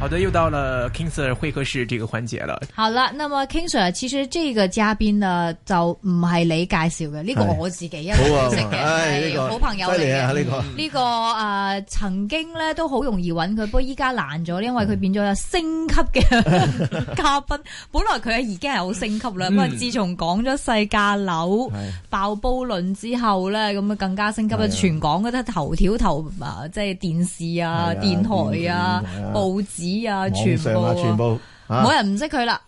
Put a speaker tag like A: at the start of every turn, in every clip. A: 好的，又到了 King Sir 會客室這個環節了。
B: 好啦，那麼 King Sir 其實這個嘉賓呢，就唔係你介紹嘅，呢個我自己一路識嘅，係好朋友嚟嘅。
C: 呢個
B: 啊呢個誒曾經咧都好容易揾佢，不過依家難咗，因為佢變咗有星級 嘅嘉賓。本來佢已經係好星級啦，不過自從講咗細價樓爆煲論之後咧，咁啊更加升級啦。全港嗰啲頭條頭啊，即係電視啊、電台啊、報紙啊，全部
C: 網上啊，全部啊
B: 冇人唔識佢啦。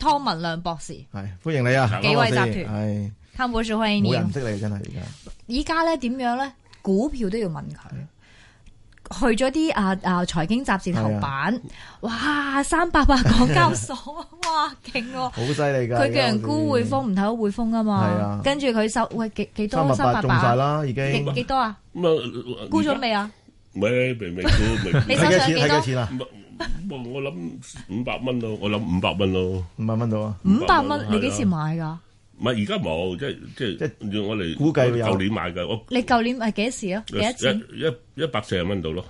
B: 湯文亮博士，
C: 係歡迎你啊，
B: 幾位集團
C: 係
B: 湯博士歡迎
C: 冇
B: 你。
C: 人唔識你真係而
B: 依家咧點樣咧？股票都要問佢。去咗啲啊啊財經雜誌頭
C: 啊
B: 版，哇三百八港交所，哇勁 喎！
C: 家好犀利㗎。
B: 佢叫人沽匯豐，唔睇到匯豐啊
C: 係啊
B: 嘛。跟住佢收喂幾幾
C: 三
B: 多
C: 百
B: 三
C: 八
B: 百
C: 中晒
B: 八啊？
C: 啦，已經
B: 幾幾多啊？
D: 咁啊，
B: 沽咗未啊？
D: 未？未未沽，
B: 你
D: 未
B: 手
C: 睇
B: 上
C: 幾
B: 幾
C: 錢？睇
B: 多
C: 幾錢啊？
D: 沽。我我諗五百蚊咯，我諗五百蚊咯。
C: 五萬蚊到啊！
B: 五百
D: 係
B: 蚊
D: 啊，
B: 你幾時買㗎？
D: 唔係而家冇，即係即係我哋
C: 估計有
D: 舊年買嘅，我
B: 你舊年係幾時啊？幾多錢？
D: 一一一百四十蚊度咯。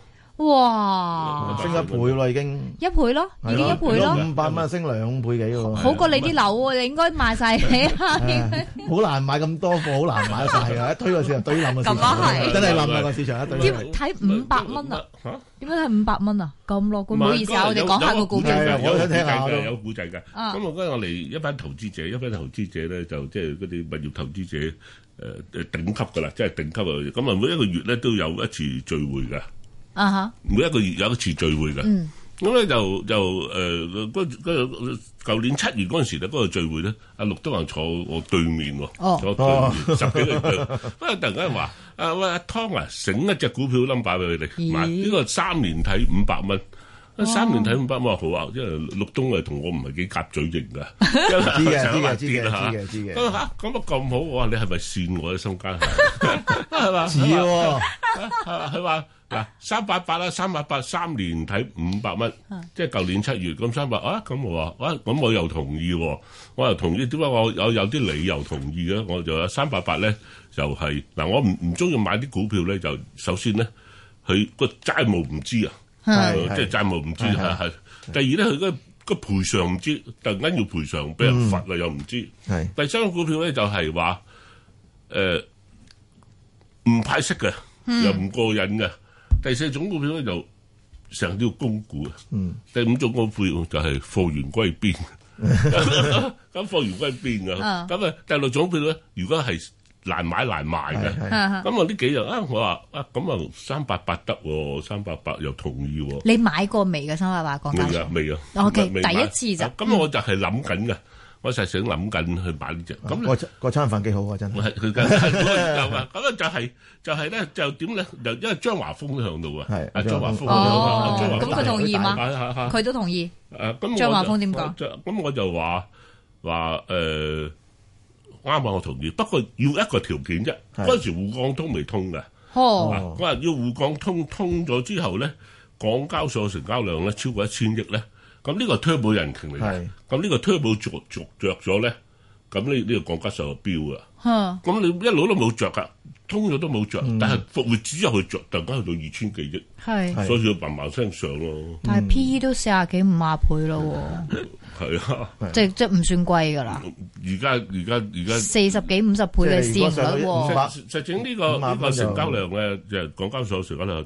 B: 哇！
C: 升一倍啦，已經
B: 一倍咯，已經一倍咯，
C: 五百蚊升兩倍幾喎，
B: 好過你啲樓喎，你應該賣晒你啊！
C: 好難買咁多貨，好難買晒㗎，一推個市場，對冧個市場，
B: 咁啊係
C: 真係冧啊個市場一對
B: 點睇五百蚊啊？
D: 嚇！
B: 點解係五百蚊啊？咁樂觀，唔好意思啊，
D: 唔係
B: 我哋講下
D: 有
B: 個股票
C: 係。啊我想聽下咯
D: 有估計㗎。
B: 啊
D: 咁我覺得我哋一班投資者，一班投資者咧就即係嗰啲物業投資者誒誒頂級㗎啦，即係頂級啊！咁啊，每一個月咧都有一次聚會㗎。
B: 啊哈，
D: 每一個月有一次聚會嘅。
B: 嗯
D: 咁咧就就誒嗰嗰舊年七月嗰陣時咧，嗰、個聚會咧，阿陸德宏坐我對面喎，
B: 哦
D: 坐我對面、十幾個人對面，不過突然間話：啊喂，阿湯啊，醒一隻股票 number 俾佢哋，
B: 咦
D: 買呢個三年睇五百蚊。三年睇五百蚊我話好啊，因為陸東啊同我唔係幾夾嘴型㗎，
C: 知
D: 知
C: 嘅知嘅知嘅知嘅知嘅
D: 咁啊咁啊咁好，我話你係咪跣我嘅心 間？ 係嘛？
C: 似喎，
D: 啊佢話嗱三八八啦，三八八三年睇五百蚊，即係舊年七月咁三百啊咁我話啊咁我又同意喎，我又同意，點解我我有啲理由同意咧？我就有三八八咧就係、嗱，我唔唔中意買啲股票咧，就首先咧佢個債務唔知啊，
C: 係
D: 即
C: 係
D: 係債務唔知
C: 係
D: 係係。第二咧佢個個賠償唔知，突然間要賠償俾
C: 嗯
D: 人罰啊又唔知。
C: 係
D: 第三個股票咧就係話誒唔派息嘅，又唔過癮嘅。第四種股票咧就成日都要供股嘅。第五種股票就係貨源歸 邊。咁貨源歸邊
B: 啊
D: 啊？咁啊，第六種股票咧，如果係難買難賣
C: 係
D: 嘅。
C: 係
B: 啊哈
D: 咁我呢幾日啊，我話啊，咁啊三八八得喎，三八八又同意喎。
B: 你買過未嘅三百八港交
D: 未
B: 所
D: 啊，未啊。
B: OK，
D: 未買
B: 第一次咋
D: 啊咁我就係諗緊嘅，我實想諗緊去買呢只。咁
C: 個個餐飯幾好啊，真係
D: 我係佢嘅咁啊，咁啊就係 就係咧就點咧？就因為張華峰喺度啊
C: 係，
D: 啊張華峰喺度
B: 哦
D: 啊，張華峰
B: 咁佢同意嘛
D: 係係係
B: 佢都同意。
D: 誒啊咁我
B: 張華
D: 就
B: 峰點講？
D: 就咁我就話話誒啱啊，我同意，不過要一個條件啫。
C: 係
D: 嗰陣時滬港通未通嘅，
B: 哦，
D: 我話要滬港通通咗之後咧，港交所成交量咧超過一千億咧，咁呢個 turbo 引擎嚟
C: 係
D: 嘅，咁呢個 turbo 著著著咗咧，咁呢呢個港交所就飆啊！
B: 哼
D: 咁你一路都冇着噶，通咗都冇着，
C: 嗯
D: 但係復活之後佢着，突然間去到二千幾
B: 係，
C: 係
D: 億，所以佢嘭嘭聲上咯，
B: 但係 P E 都四廿幾五廿倍咯
D: 係啊！
B: 喎，即即唔算貴㗎啦，
D: 而家而家而家
B: 四十幾五十倍嘅市盈率
C: 即係
B: 喎。
C: 百
D: 實實整呢個
C: 五萬
D: 呢
C: 蚊
D: 個
C: 就
D: 成交量咧，就係港交所成交量誒，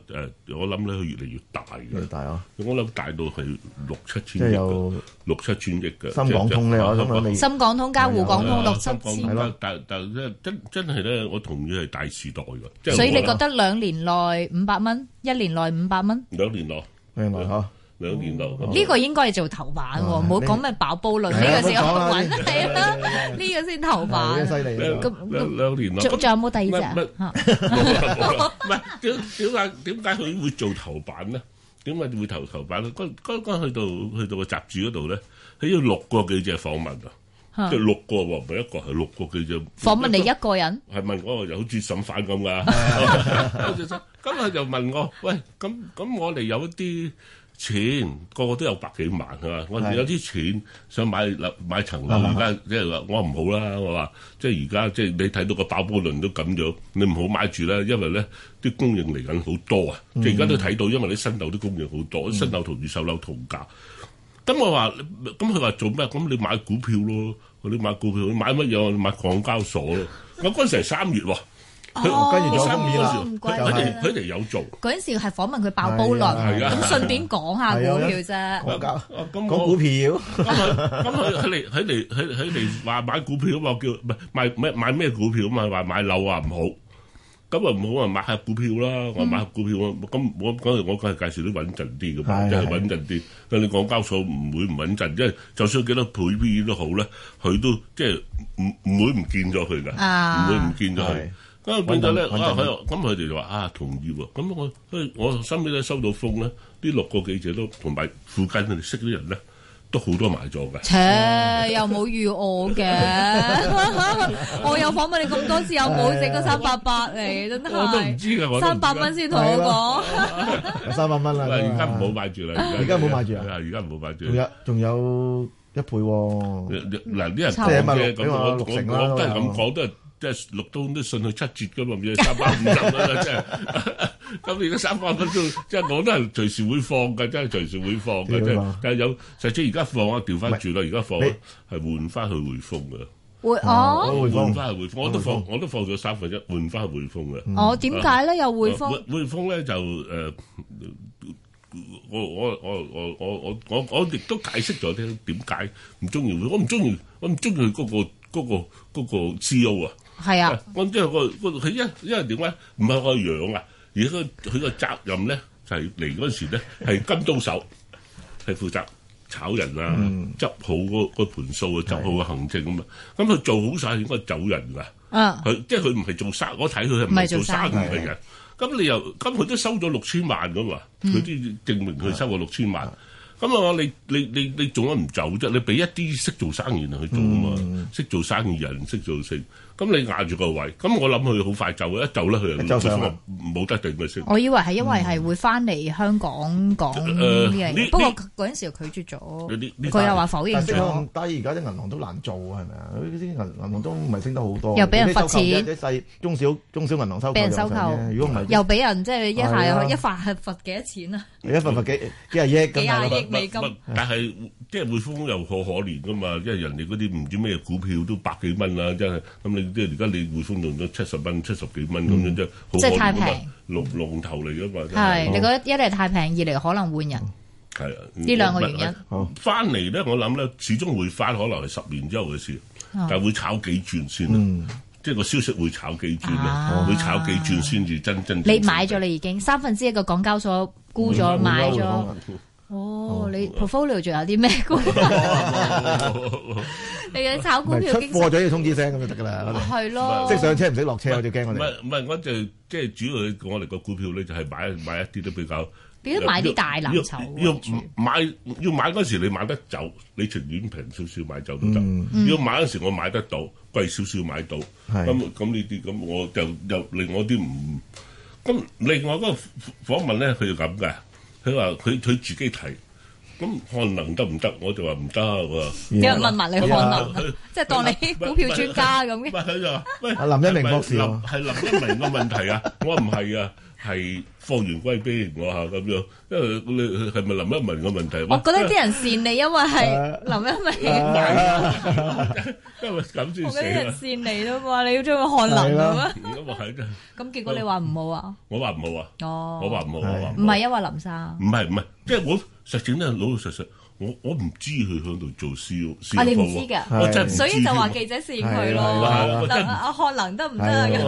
D: 我諗咧佢越嚟越大
C: 幾
D: 嘅，
C: 大啊！
D: 我諗大到係六七
C: 即
D: 千
C: 係
D: 億嘅，
C: 有
D: 六七千億嘅。
C: 深港通咧，
D: 即係啊
C: 我諗你
B: 深港通加滬港通六七
D: 深港
B: 千，
C: 係咯
D: 但但真真真係咧，我同意係大時代嘅，即係
B: 所以你
D: 我
B: 覺得兩年內五百蚊，一年內五百蚊？
D: 兩年內
C: 未來嚇。
D: 兩年內
B: 呢個應該係做頭版喎，唔好講咩爆煲論，呢
C: 係啊
B: 個先好
C: 唔好講啦
B: 揾係啦，呢個先頭
C: 係
B: 版
C: 犀。利啊！
B: 咁
D: 兩兩年內
B: 仲仲有冇第二
D: 乜
B: 隻啊？
D: 唔係點點解點解佢會做頭版咧？點解會投頭版咧？剛剛剛去到去到個雜誌嗰度咧，佢要六個記者訪問
B: 嚇
D: 啊，即係六個喎，唔係一個係六個記者
B: 訪問你一個人，
D: 係問我又好似審犯咁噶，咁佢就問我：喂，咁咁我哋有一啲錢個個都有百幾萬啊！我
C: 係
D: 有啲錢想買樓買層樓，而家即係話我話唔好啦，我話即係而家即係你睇到個爆煲論都咁樣，你唔好買住啦，因為咧啲供應嚟緊好多啊！即係而家都睇到，因為啲新樓啲供應好多，新樓同二手樓同價。咁我話，咁佢話做咩？咁你買股票咯，你買股票，你買乜嘢？我買港交所咯。我嗰陣時係三月喎，
B: 哦
C: 跟住就
D: 三
C: 好
D: 月
C: 意啦
D: 嗰時
B: 唔
D: 佢
B: 怪
C: 就
D: 佢
C: 係
B: 得
D: 哋
B: 啦
D: 佢哋有做。
B: 嗰陣時係訪問佢爆煲論，
D: 係啊
B: 咁順便講下股票啫。
C: 我搞
D: 啊咁
C: 講
D: 我
C: 股 票，
D: 咁佢咁啊佢佢嚟佢嚟佢佢嚟話買股票啊嘛，叫唔係買咩買咩股票啊嘛，話買樓啊唔好。咁啊唔好啊，買下股票啦，我話買下股票啊，咁我嗰我梗係介紹啲穩陣啲嘅嘛，
C: 係
D: 即係
C: 係
D: 穩陣啲。咁你港交所唔會唔穩陣，因為就算幾多倍 P E 都好咧，佢都即係唔唔會唔見咗佢㗎，唔
B: 啊
D: 會唔見咗佢
C: 係。
D: 咁啊變咗咧，
C: 穩陣穩陣
D: 啊佢咁佢哋就話啊同意喎。咁我佢我身邊咧收到風咧，呢六個記者都同埋附近佢哋識啲人咧，都好多買咗㗎。
B: 切，又冇預我嘅， 我又訪問你咁多次，又冇整個三百八嚟，真
D: 我都唔
B: 係
D: 知㗎，我都唔知㗎啊
B: 三百蚊。先同我
C: 三百蚊啦。
D: 嗱，而家唔好買住啦，
C: 而家唔好買住啊
D: 係而家唔好買住
C: 仲。有仲有一倍喎，
D: 嗱，啲人
B: 即
C: 係
D: 講
C: 咪
D: 嘅
C: 六
D: 咁，
C: 你話
D: 我我
C: 六成啦
D: 我都係
C: 都有
D: 咁講，都係即係六都都信佢七折噶嘛，咪三百 五十啦，真係。 咁而家三百蚊都即係我都係隨時會放㗎，真係隨時會放㗎，真
C: 屌
D: 係
C: 啊。
D: 但係有實際而家放啊，調翻轉啦，而家放
C: 你
D: 啊係換翻去匯豐㗎，
B: 講，會哦，
C: 我匯
D: 換
C: 豐
D: 翻去匯豐，我都
C: 匯
D: 放
C: 豐
D: 我都放咗三分一，換翻去匯豐㗎。
B: 我哦點解咧？又匯豐
D: 匯匯豐咧就誒、呃我我我我我我我我亦都解釋咗啲點解唔中意佢，我唔中意我唔中意佢嗰個嗰、個嗰、個 CEO 啊。
B: 係 啊，
D: 我即係個個佢因因為點咧？唔係個樣啊，而佢佢個責任咧就係嚟嗰時咧係跟刀手， 係負責炒人啊，執好嗰嗰盤數啊，執好個行政咁啊。咁佢做好晒應該走人㗎。
B: 嗯，
D: 佢即係佢唔係做生，我睇佢係唔
B: 唔係
D: 係
B: 做
D: 做生意
C: 生意
D: 嘅人。咁你又咁佢都收咗六千萬噶嘛？佢都證明佢收咗六千萬。咁我話你你你你做乜唔走啫？你俾一啲識做生意人去做啊嘛，識做生意人識做成。咁你壓住個位，咁我諗佢好快走，一走咧佢
C: 一走
D: 就
C: 上啦
D: 冇得定嘅先。
B: 我以為係因為係會翻嚟香港講呢樣
D: 嗯呢
B: 嘢，不過嗰陣時佢拒絕咗，
D: 呢呢
B: 佢又話否認
C: 但息口咁
B: 咗。
C: 低，而家啲銀行都難做啊，係咪啊？啲銀銀行都唔係升得好多，
B: 又俾人
C: 你收購
B: 罰錢
C: 啫啲細中小中小銀行收購
B: 俾人
C: 就
B: 收購
C: 上啫如果唔係
B: 又俾人即係一下
C: 係啊
B: 一罰係罰幾多錢啊？
C: 一份份幾幾廿億咁
B: 幾廿
C: 係咯
B: 億美金
D: 唔係但係即係匯豐又好可憐噶嘛，因為人哋嗰啲唔知咩股票都百幾蚊啦，真係咁你即係而家你匯豐用咗七十蚊、七十幾蚊咁樣，真係好
B: 即係太
D: 可憐㗎嘛
B: 平，
D: 龍龍頭嚟噶嘛，真
B: 係你覺
D: 係
B: 得一嚟太平，二嚟可能換人
D: 係啊，
B: 呢
D: 呢
B: 兩個原因。
C: 好
D: 翻嚟咧，我諗咧，始終會翻，可能係十年之後嘅事，
B: 哦
D: 但係會炒幾轉先啊即係個消息會炒幾轉
B: 啊
D: 啊，會炒幾轉先至真真正正。
B: 你買咗你已經三分之一個港交所沽咗買咗，哦，你 portfolio 仲有啲咩股？你嘅炒股
C: 唔係
B: 票
C: 出
B: 經
C: 貨咗要通知聲咁就得㗎啦，我哋
B: 係咯，
C: 即係上車唔使落車，我就驚我
D: 唔
C: 哋
D: 係唔係，我就即係主要我哋個股票咧，就係買買一啲都比較。
B: 你都買啲大藍籌
D: 要要
B: 為主
D: 買要買嗰時你買得走，你情願平少少買走都得。要買嗰時我買得到，貴少少買到。
C: 係
D: 咁咁呢啲咁我就又另外啲唔咁另外嗰個訪問咧，佢就咁嘅，佢話佢佢自己睇，咁漢能得唔得？我就話唔得喎。
B: 有人問埋你可能
D: 佢
B: 即係當你股票專家咁
D: 唔
B: 嘅。
D: 係佢就話喂，
C: 阿啊林一鳴博士喎
D: 係咪林係林一鳴嘅問題啊！ 我話唔係啊，係貨源歸邊我嚇咁樣，因為你係咪林一鳴嘅問題？
B: 我覺得啲人善你，因為係林一鳴，
D: 因為咁
B: 我覺得啲
D: 先死
B: 人
D: 啦。
B: 善你啫嘛，你要將佢看能咁啊。
D: 咁我係真係，
B: 咁結果你話唔好啊？
D: 我話唔好啊，
B: 哦，
D: 我話唔好，我話
B: 唔
D: 唔好
B: 係因為林生
D: 唔係唔係，即係我實情咧，老老實實，我我唔知佢喺度做 C E O C
B: 啊你唔
D: O
B: 知㗎
D: 我真係唔知
B: 所以就話
D: 添
B: 記者試佢
C: 係
D: 啊係
B: 咯
D: 啊。
B: 林阿漢能得唔得啊？
C: 係
B: 咁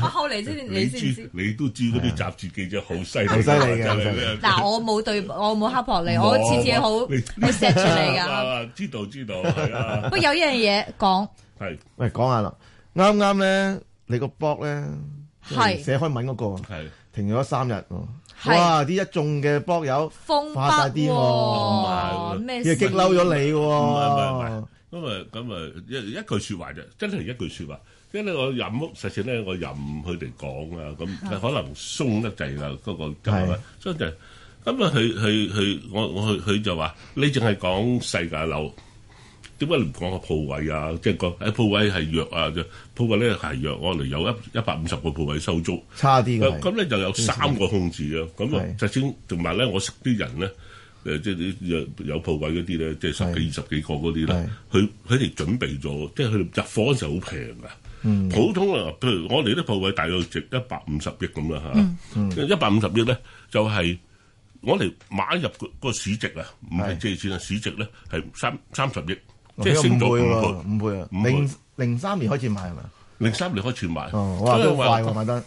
B: 我後嚟先，
D: 你
B: 你先知
D: 知。你都知嗰啲雜誌記者好犀利，
C: 好犀利嘅
D: 真係
C: 好犀利
B: 嗱，我冇對，我冇刻薄你，
D: 冇
B: 我次次好
D: 你
B: 我錫住你 噶。
D: 啊知道知道，係啊
B: 不，過有一樣嘢講
D: 係
C: 喂講下啦，啱啱咧你個 blog 咧
B: 係
C: 寫開文嗰個
D: 係。
C: 停咗三日喎，
B: 係
C: 哇！啲一眾嘅 blog 友
B: 風
C: 發達
B: 北
C: 啲
B: 喎，
D: 喎
B: 咩
C: 要激嬲咗你
D: 唔係啊唔係唔
C: 喎
D: 係，咁啊咁啊一一句説話啫，真係一句説話。因為我任屋實情咧，我任佢哋講啊，咁可能鬆得滯啦，嗰個就係
C: 係
D: 所以就咁啊，佢佢佢，我我佢佢就話：你淨係講世界樓，點解你唔講個鋪位啊？即係講誒鋪位係弱啊，就鋪位咧係弱，我哋有一一百五十個鋪位收租，
C: 差啲嘅
D: 呃咁
C: 係
D: 咁咧就有三個空置咯。咁啊
C: 係，
D: 就先同埋咧，我識啲人咧。誒即係啲有有鋪位嗰啲咧，即係十幾二十幾個嗰啲咧，佢佢哋準備咗，即係佢哋入貨嗰時候好平㗎。
C: 嗯
D: 普通啊，譬如我哋啲鋪位大約值一百五十億咁啦
C: 嗯
D: 嚇，一百五十億咧就係、我哋買入個個市值啊，唔係
C: 係
D: 借錢啊，市值咧係三三十億，即
C: 即
D: 係
C: 係
D: 升咗
C: 倍
D: 五
C: 喎，
D: 倍。
C: 五倍啊！
D: 五倍
C: 零零三年開始買係咪？
D: 零三年開始買，
C: 哦，哇，
D: 所以
C: 都
D: 我
C: 快喎買得，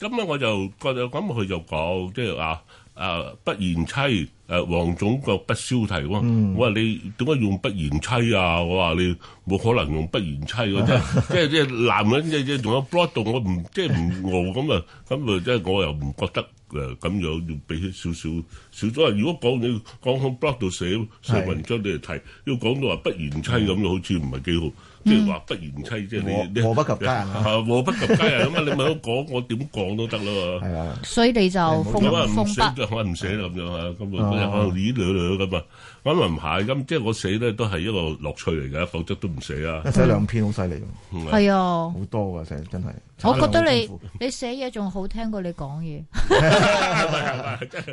D: 咁啊咧我就覺得咁佢就講，即係話啊不賢妻，誒黃總國不消提喎。
C: 嗯
D: 我話你點解用不賢妻啊？我話你冇可能用不賢妻 嘅，即係即係即係男人即係即係仲有 blood 度，我唔即係唔傲咁啊，咁啊即係我又唔覺得。誒咁樣要俾少少少咗啊！如果講你講響 blog 度寫寫
C: 係
D: 文章你嚟睇，要講到話不賢妻
C: 嗯
D: 咁，好似唔係幾好，即係話不賢妻，即係你你
C: 禍禍不及家人啊
D: 啊，禍不及家人咁啊！你咪都講，我點講都得啦嘛。
C: 係啊，
B: 所以你就封
D: 咁啊，唔
B: 封
D: 寫
B: 筆，
D: 就可能唔寫啦咁樣啊，咁啊，可能咦兩兩咁啊，咁啊唔係，咁即係我寫咧都係一個樂趣嚟㗎，否則都唔寫啊
C: 一。寫兩篇好犀利喎，
D: 嗯啊
B: 係啊。
C: 好多㗎，寫真係。
B: 我覺
C: 產量好
B: 得你
C: 豐富
B: 你寫嘢仲好聽過你講嘢，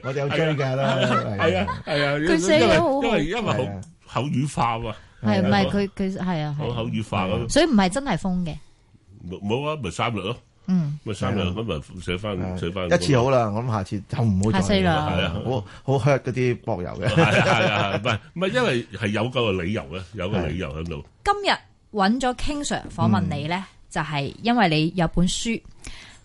C: 我哋有追㗎啦，
D: 係啊，係啊，
B: 佢寫嘢好好
D: 因為因為因為
C: 係啊
D: 好口語化嘛，
B: 係唔係
D: 啊
B: 佢佢係啊
D: 好口
B: 係，
D: 語化
C: 係啊
D: 咁，
B: 所以唔係真係封嘅，
D: 冇冇啊，咪三日咯，
B: 嗯，
D: 咪三日
C: 係啊
D: 咁咪寫翻寫翻
C: 係啊一次 好啦，我諗下次就唔好再
B: 下次啦
D: 係啊
C: 好好 hurt 嗰啲博友嘅。
D: 係啊係啊，唔係唔係，因為係有個理由咧，有個理由喺度。
B: 今日揾咗 King Sir 訪問你呢，就係因為你有本書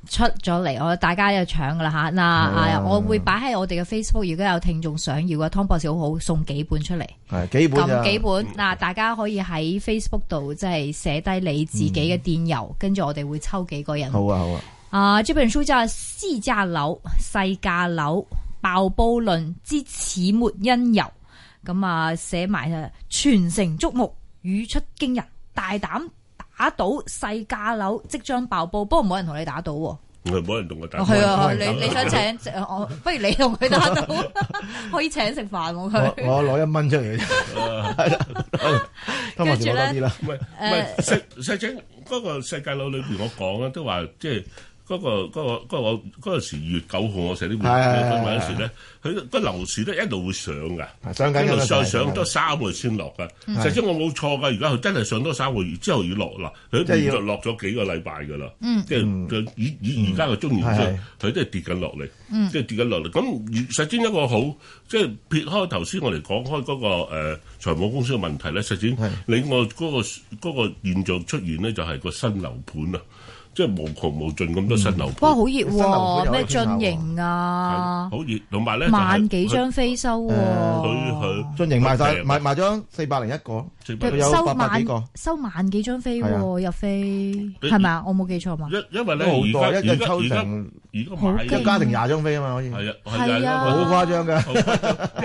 B: 出咗嚟，我大家就搶噶啦吓。嗱、啊我會擺喺我哋嘅 Facebook，如果有聽眾想要嘅，湯博士好好送幾本出嚟，
C: 係幾本咋
B: 撳幾本嗱，大家可以喺 Facebook 度即係寫低你自己嘅電郵，跟住我哋會抽幾個人。
C: 好啊好啊，
B: 啊，这本書叫《私家樓、細價樓爆煲論之始末因由》，咁啊寫埋啊全城矚目，語出驚人，大膽打賭細價樓即將爆煲，不過冇人同你打賭喎。
D: 冇人同我打。
B: 係啊，
C: 冇人
B: 你
D: 打
B: 你想請呃 我，不如你同佢打賭，可以請食飯喎
C: 我
B: 佢。
C: 我攞一蚊出嚟啫， 今日就攞多啲啦。
D: 唔係唔係細細整嗰個世界樓裏邊，我講咧都話即係嗰個嗰個嗰個嗰陣時二月九號，我寫呢本
C: 係係係
D: 書嗰陣時咧，佢個樓市咧一路會上㗎，
C: 上緊
D: 一路
C: 嘅嗯
D: 上上多三個月先落㗎。實質我冇錯㗎，而家佢真係上多三個月之後要落啦，佢
C: 即係
D: 連
C: 要
D: 續落咗幾個禮拜㗎啦。
B: 嗯
D: 即係以以而家嘅中年
C: 嗯係嗯
D: 即係佢都係跌緊落嚟，即係跌緊落嚟。咁實踐一個好，即係撇開頭先我哋講開嗰個誒財務公司嘅問題咧，實踐
C: 係
D: 另外嗰個嗰個現象出現咧，就係個新樓盤啊，即係無窮無盡咁多新樓
B: 哇，
D: 盤，
B: 好熱
C: 新樓
B: 喎，
C: 盤有
B: 咩
C: 得傾下
B: 進
C: 喎
B: 型啊
C: 嗯
D: 係，好熱，同埋咧
B: 萬幾張飛收喎
D: 佢佢啊
C: 進營賣晒，賣賣咗四百零一個，
D: 佢
C: 佢有
B: 收
C: 800幾個
B: 萬收萬幾張飛
C: 係
B: 喎，入飛係咪啊？我冇記錯嘛？
D: 因因為咧
C: 都好多，一
D: 而家而
C: 人
D: 家
C: 抽
D: 而家
C: 成
D: 而家買
B: 好
C: 一
B: 勁
D: 嘅
C: 家庭廿張飛啊嘛，可以
D: 係啊
B: 係
D: 係
B: 啊
D: 啊，
C: 好誇張 㗎。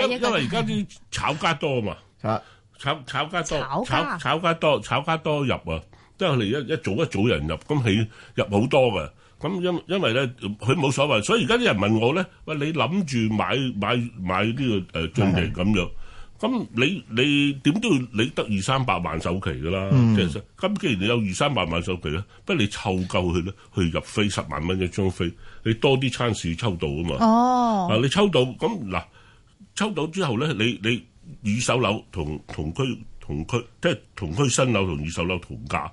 D: 因為因為而家啲炒家多啊嘛。
C: 啊
D: 炒炒家多，
B: 炒
D: 炒
B: 家
D: 炒家多，炒家多入啊！即係佢哋一一早一早人入，咁起入好多嘅。咁因因為咧，佢冇所謂，所以而家啲人問我咧，喂，你諗住買買買呢個誒進地咁樣？咁你你點都要你得二三百萬首期㗎啦，即係咁既然你有二三百萬首期咧，不如你湊夠佢咧，去入飛十萬蚊一張飛，你多啲餐市抽到啊嘛。
B: 哦，
D: 啊！你抽到咁嗱，抽到之後咧，你你二手樓同同區同區，即係同區新樓同二手樓同價。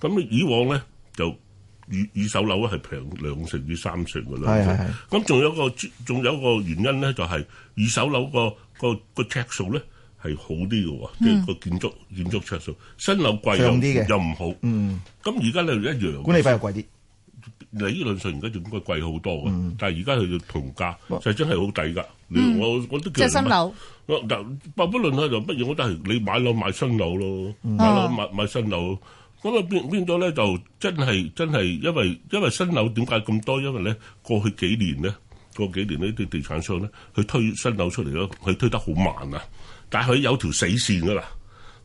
D: 咁以往咧就二二手樓咧係平兩成至三成嘅啦。
C: 係係係
D: 咁仲有一個仲有一個原因咧，就係、二手樓個個個尺數咧係好啲嘅喎，即係個建築建築尺數。新樓貴
C: 上啲
D: 又
C: 嘅
D: 又唔好。
C: 嗯，
D: 咁而家咧一樣。
C: 管理費又貴啲。
D: 理論上而家仲應該貴好多嘅，但係而家佢嘅同價就真係好抵㗎。你我我
B: 即
D: 都叫
B: 係
D: 人
B: 新
D: 買，
B: 樓
D: 我嗱，不不論佢就乜嘢，我都係你買樓買新樓咯，買樓買買新樓。咁啊變變咗咧就真係真係，因為因為新樓點解咁多？因為咧過去幾年咧，過幾年呢啲地產商咧，佢推新樓出嚟咯，佢推得好慢啊，但係佢有條死線㗎啦。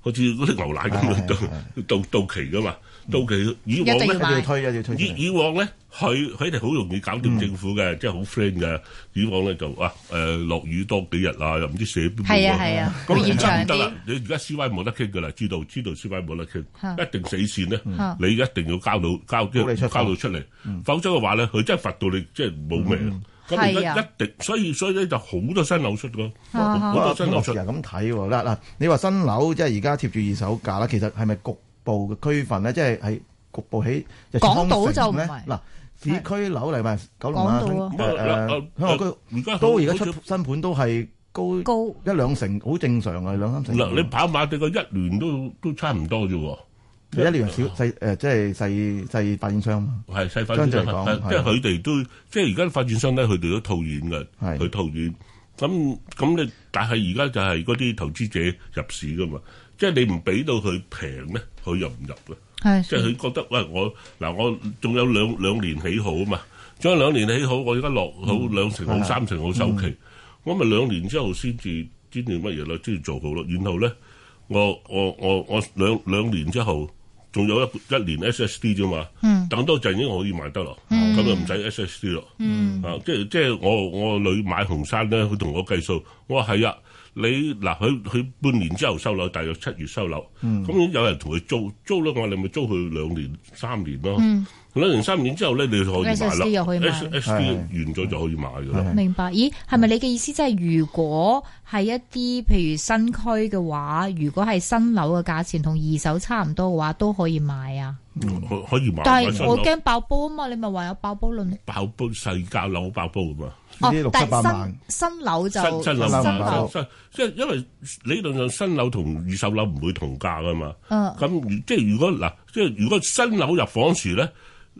D: 好似嗰啲牛奶咁樣
C: 係係
D: 到到到期噶嘛，到期以
B: 一
D: 往
B: 定要
C: 一。
D: 咧
C: 定要推，一定要推出嚟。
D: 以以往咧，佢佢哋好容易搞掂政府嘅，即係好 friend 嘅。以往咧就啊誒落雨多幾日啊，又唔知寫邊
B: 係啊
D: 個
B: 係啊
D: 咁
B: 會
D: 而
B: 延長
D: 家唔得啦
B: 啲，
D: 你而家 C Y 冇得傾噶啦，知道知道 C Y 冇得傾，
B: 嚇
D: 一定死線咧
B: 嚇，
D: 你一定要交到交
C: 交你出
D: 交
C: 貨
D: 到出嚟，否則嘅話咧，佢真係罰到你即係冇命。咁而
B: 係
D: 家
B: 啊
D: 一定，所以所以咧就好多新樓出咯，
B: 嚇
D: 好
C: 哇
D: 多
C: 咁
D: 新
C: 我
D: 樓
C: 時
D: 出。
C: 哦係咁睇喎，嗱嗱，你話新樓即係而家貼住二手價啦，其實係咪局部嘅區份咧？即係係局部喺
B: 港島就唔係
C: 嗱，市區樓嚟埋九龍啊，
B: 港島啊
C: 新
D: 咁
C: 誒
D: 啊
C: 誒
D: 啊
C: 香港區
D: 而家
C: 都
D: 好
C: 而家
D: 好似
C: 出新盤都係高
B: 高
C: 一兩成，好正常啊嘅兩三成。
D: 嗱，你跑馬地個一年都都差唔多啫喎。
C: 你一年小細誒，即係細細發展商嘛，
D: 係細發
C: 相
D: 展商，
C: 對嚟講
D: 係即係
C: 係
D: 佢哋都即係而家啲發展商咧，佢哋都套現嘅，
C: 係
D: 佢套現。咁咁你，但係而家就係嗰啲投資者入市噶嘛，即係你唔俾到佢平咧，佢入唔入嘅？即係
B: 係
D: 佢覺得喂，我嗱我仲有兩兩年起好啊嘛，仲有兩年起好，我而家落好兩成好
C: 嗯係啊嗯
D: 三成好首期，我咪兩年之後先至先至乜嘢咯，先至做好咯。然後咧，我我我我兩兩年之後仲有一一年 SSD 啫嘛，
B: 嗯
D: 等多陣已經可以買得咯，咁就唔使 SSD 咯。
B: 嗯
D: 啊，即係即係我我女買紅山咧，佢同我計數，我話係啊，你嗱佢佢半年之後收樓，大約七月收樓，咁、
B: 嗯
D: 有人同佢租租咧，我哋咪租佢兩年三年咯，
B: 嗯
D: 兩年三年之後咧，你就可以買
B: SSD 又
D: 啦
B: 可以買
D: ，S
C: 係
D: 完咗就可以買噶啦。
B: 明白。咦，係咪你嘅意思即係如果係一啲譬如新區嘅話，如果係新樓嘅價錢同二手差唔多嘅話，都可以買啊？
D: 可可以買
B: 但
D: 買
B: 係
D: 新
B: 我
D: 樓，
B: 驚爆煲啊嘛，你咪話有爆煲論。
D: 爆煲細價樓爆煲啊嘛，
C: 呢啲六七百萬，
B: 哦新新樓就
D: 新新樓
C: 新
D: 唔
C: 樓
D: 係新即係因為理論上新樓同二手樓唔會同價噶嘛。
B: 嗯
D: 咁如即係如果嗱，即係如果新樓入房時咧，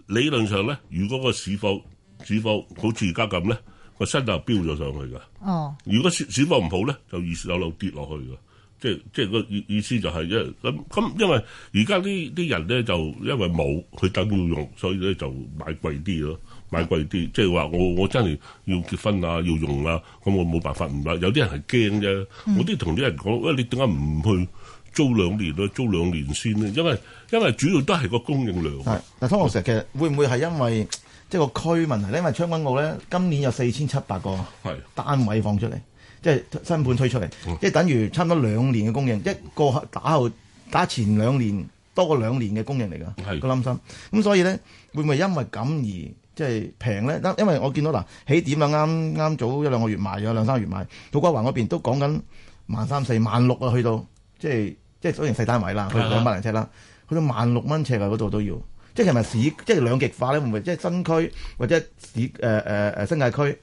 D: 理論上咧，如果個市況市況好似而家咁咧，個新樓飆咗上去㗎。
B: 哦，
D: 如果市市況唔好咧，就二手樓跌落去㗎。即係即係個意意思就係、因為咁咁，因為而家啲啲人咧就因為冇佢等要用，所以咧就買貴啲咯，買貴啲。即係話我我真係要結婚啊，要用啊，咁我冇辦法唔買。有啲人係驚啫，
C: 嗯
D: 我啲同啲人講，喂，你點解唔去租兩年咯？租兩年先咧，因為因為主要都係個供應量啊。
C: 係嗱，湯老師其實會唔會係因為即係個區問題咧？因為將軍澳咧今年有四千七百個。
D: 係
C: 單位放出嚟，即係新盤推出嚟，
D: 嗯
C: 即係等於差唔多兩年嘅供應，一個打後打前兩年多過兩年嘅供應嚟㗎，
D: 係
C: 個冧心。咁所以咧，會唔會因為咁而即係平咧？因因為我見到嗱起點啊，啱啱早一兩個月賣咗兩三個月賣，土瓜灣嗰邊都講緊萬三四萬六啊，去到即係即係雖然細單位啦，去
D: 係啊
C: 兩百零尺啦，去到萬六蚊尺啊嗰度都要。即係係咪市即係兩極化咧？會唔會即係新區或者市誒誒誒新界區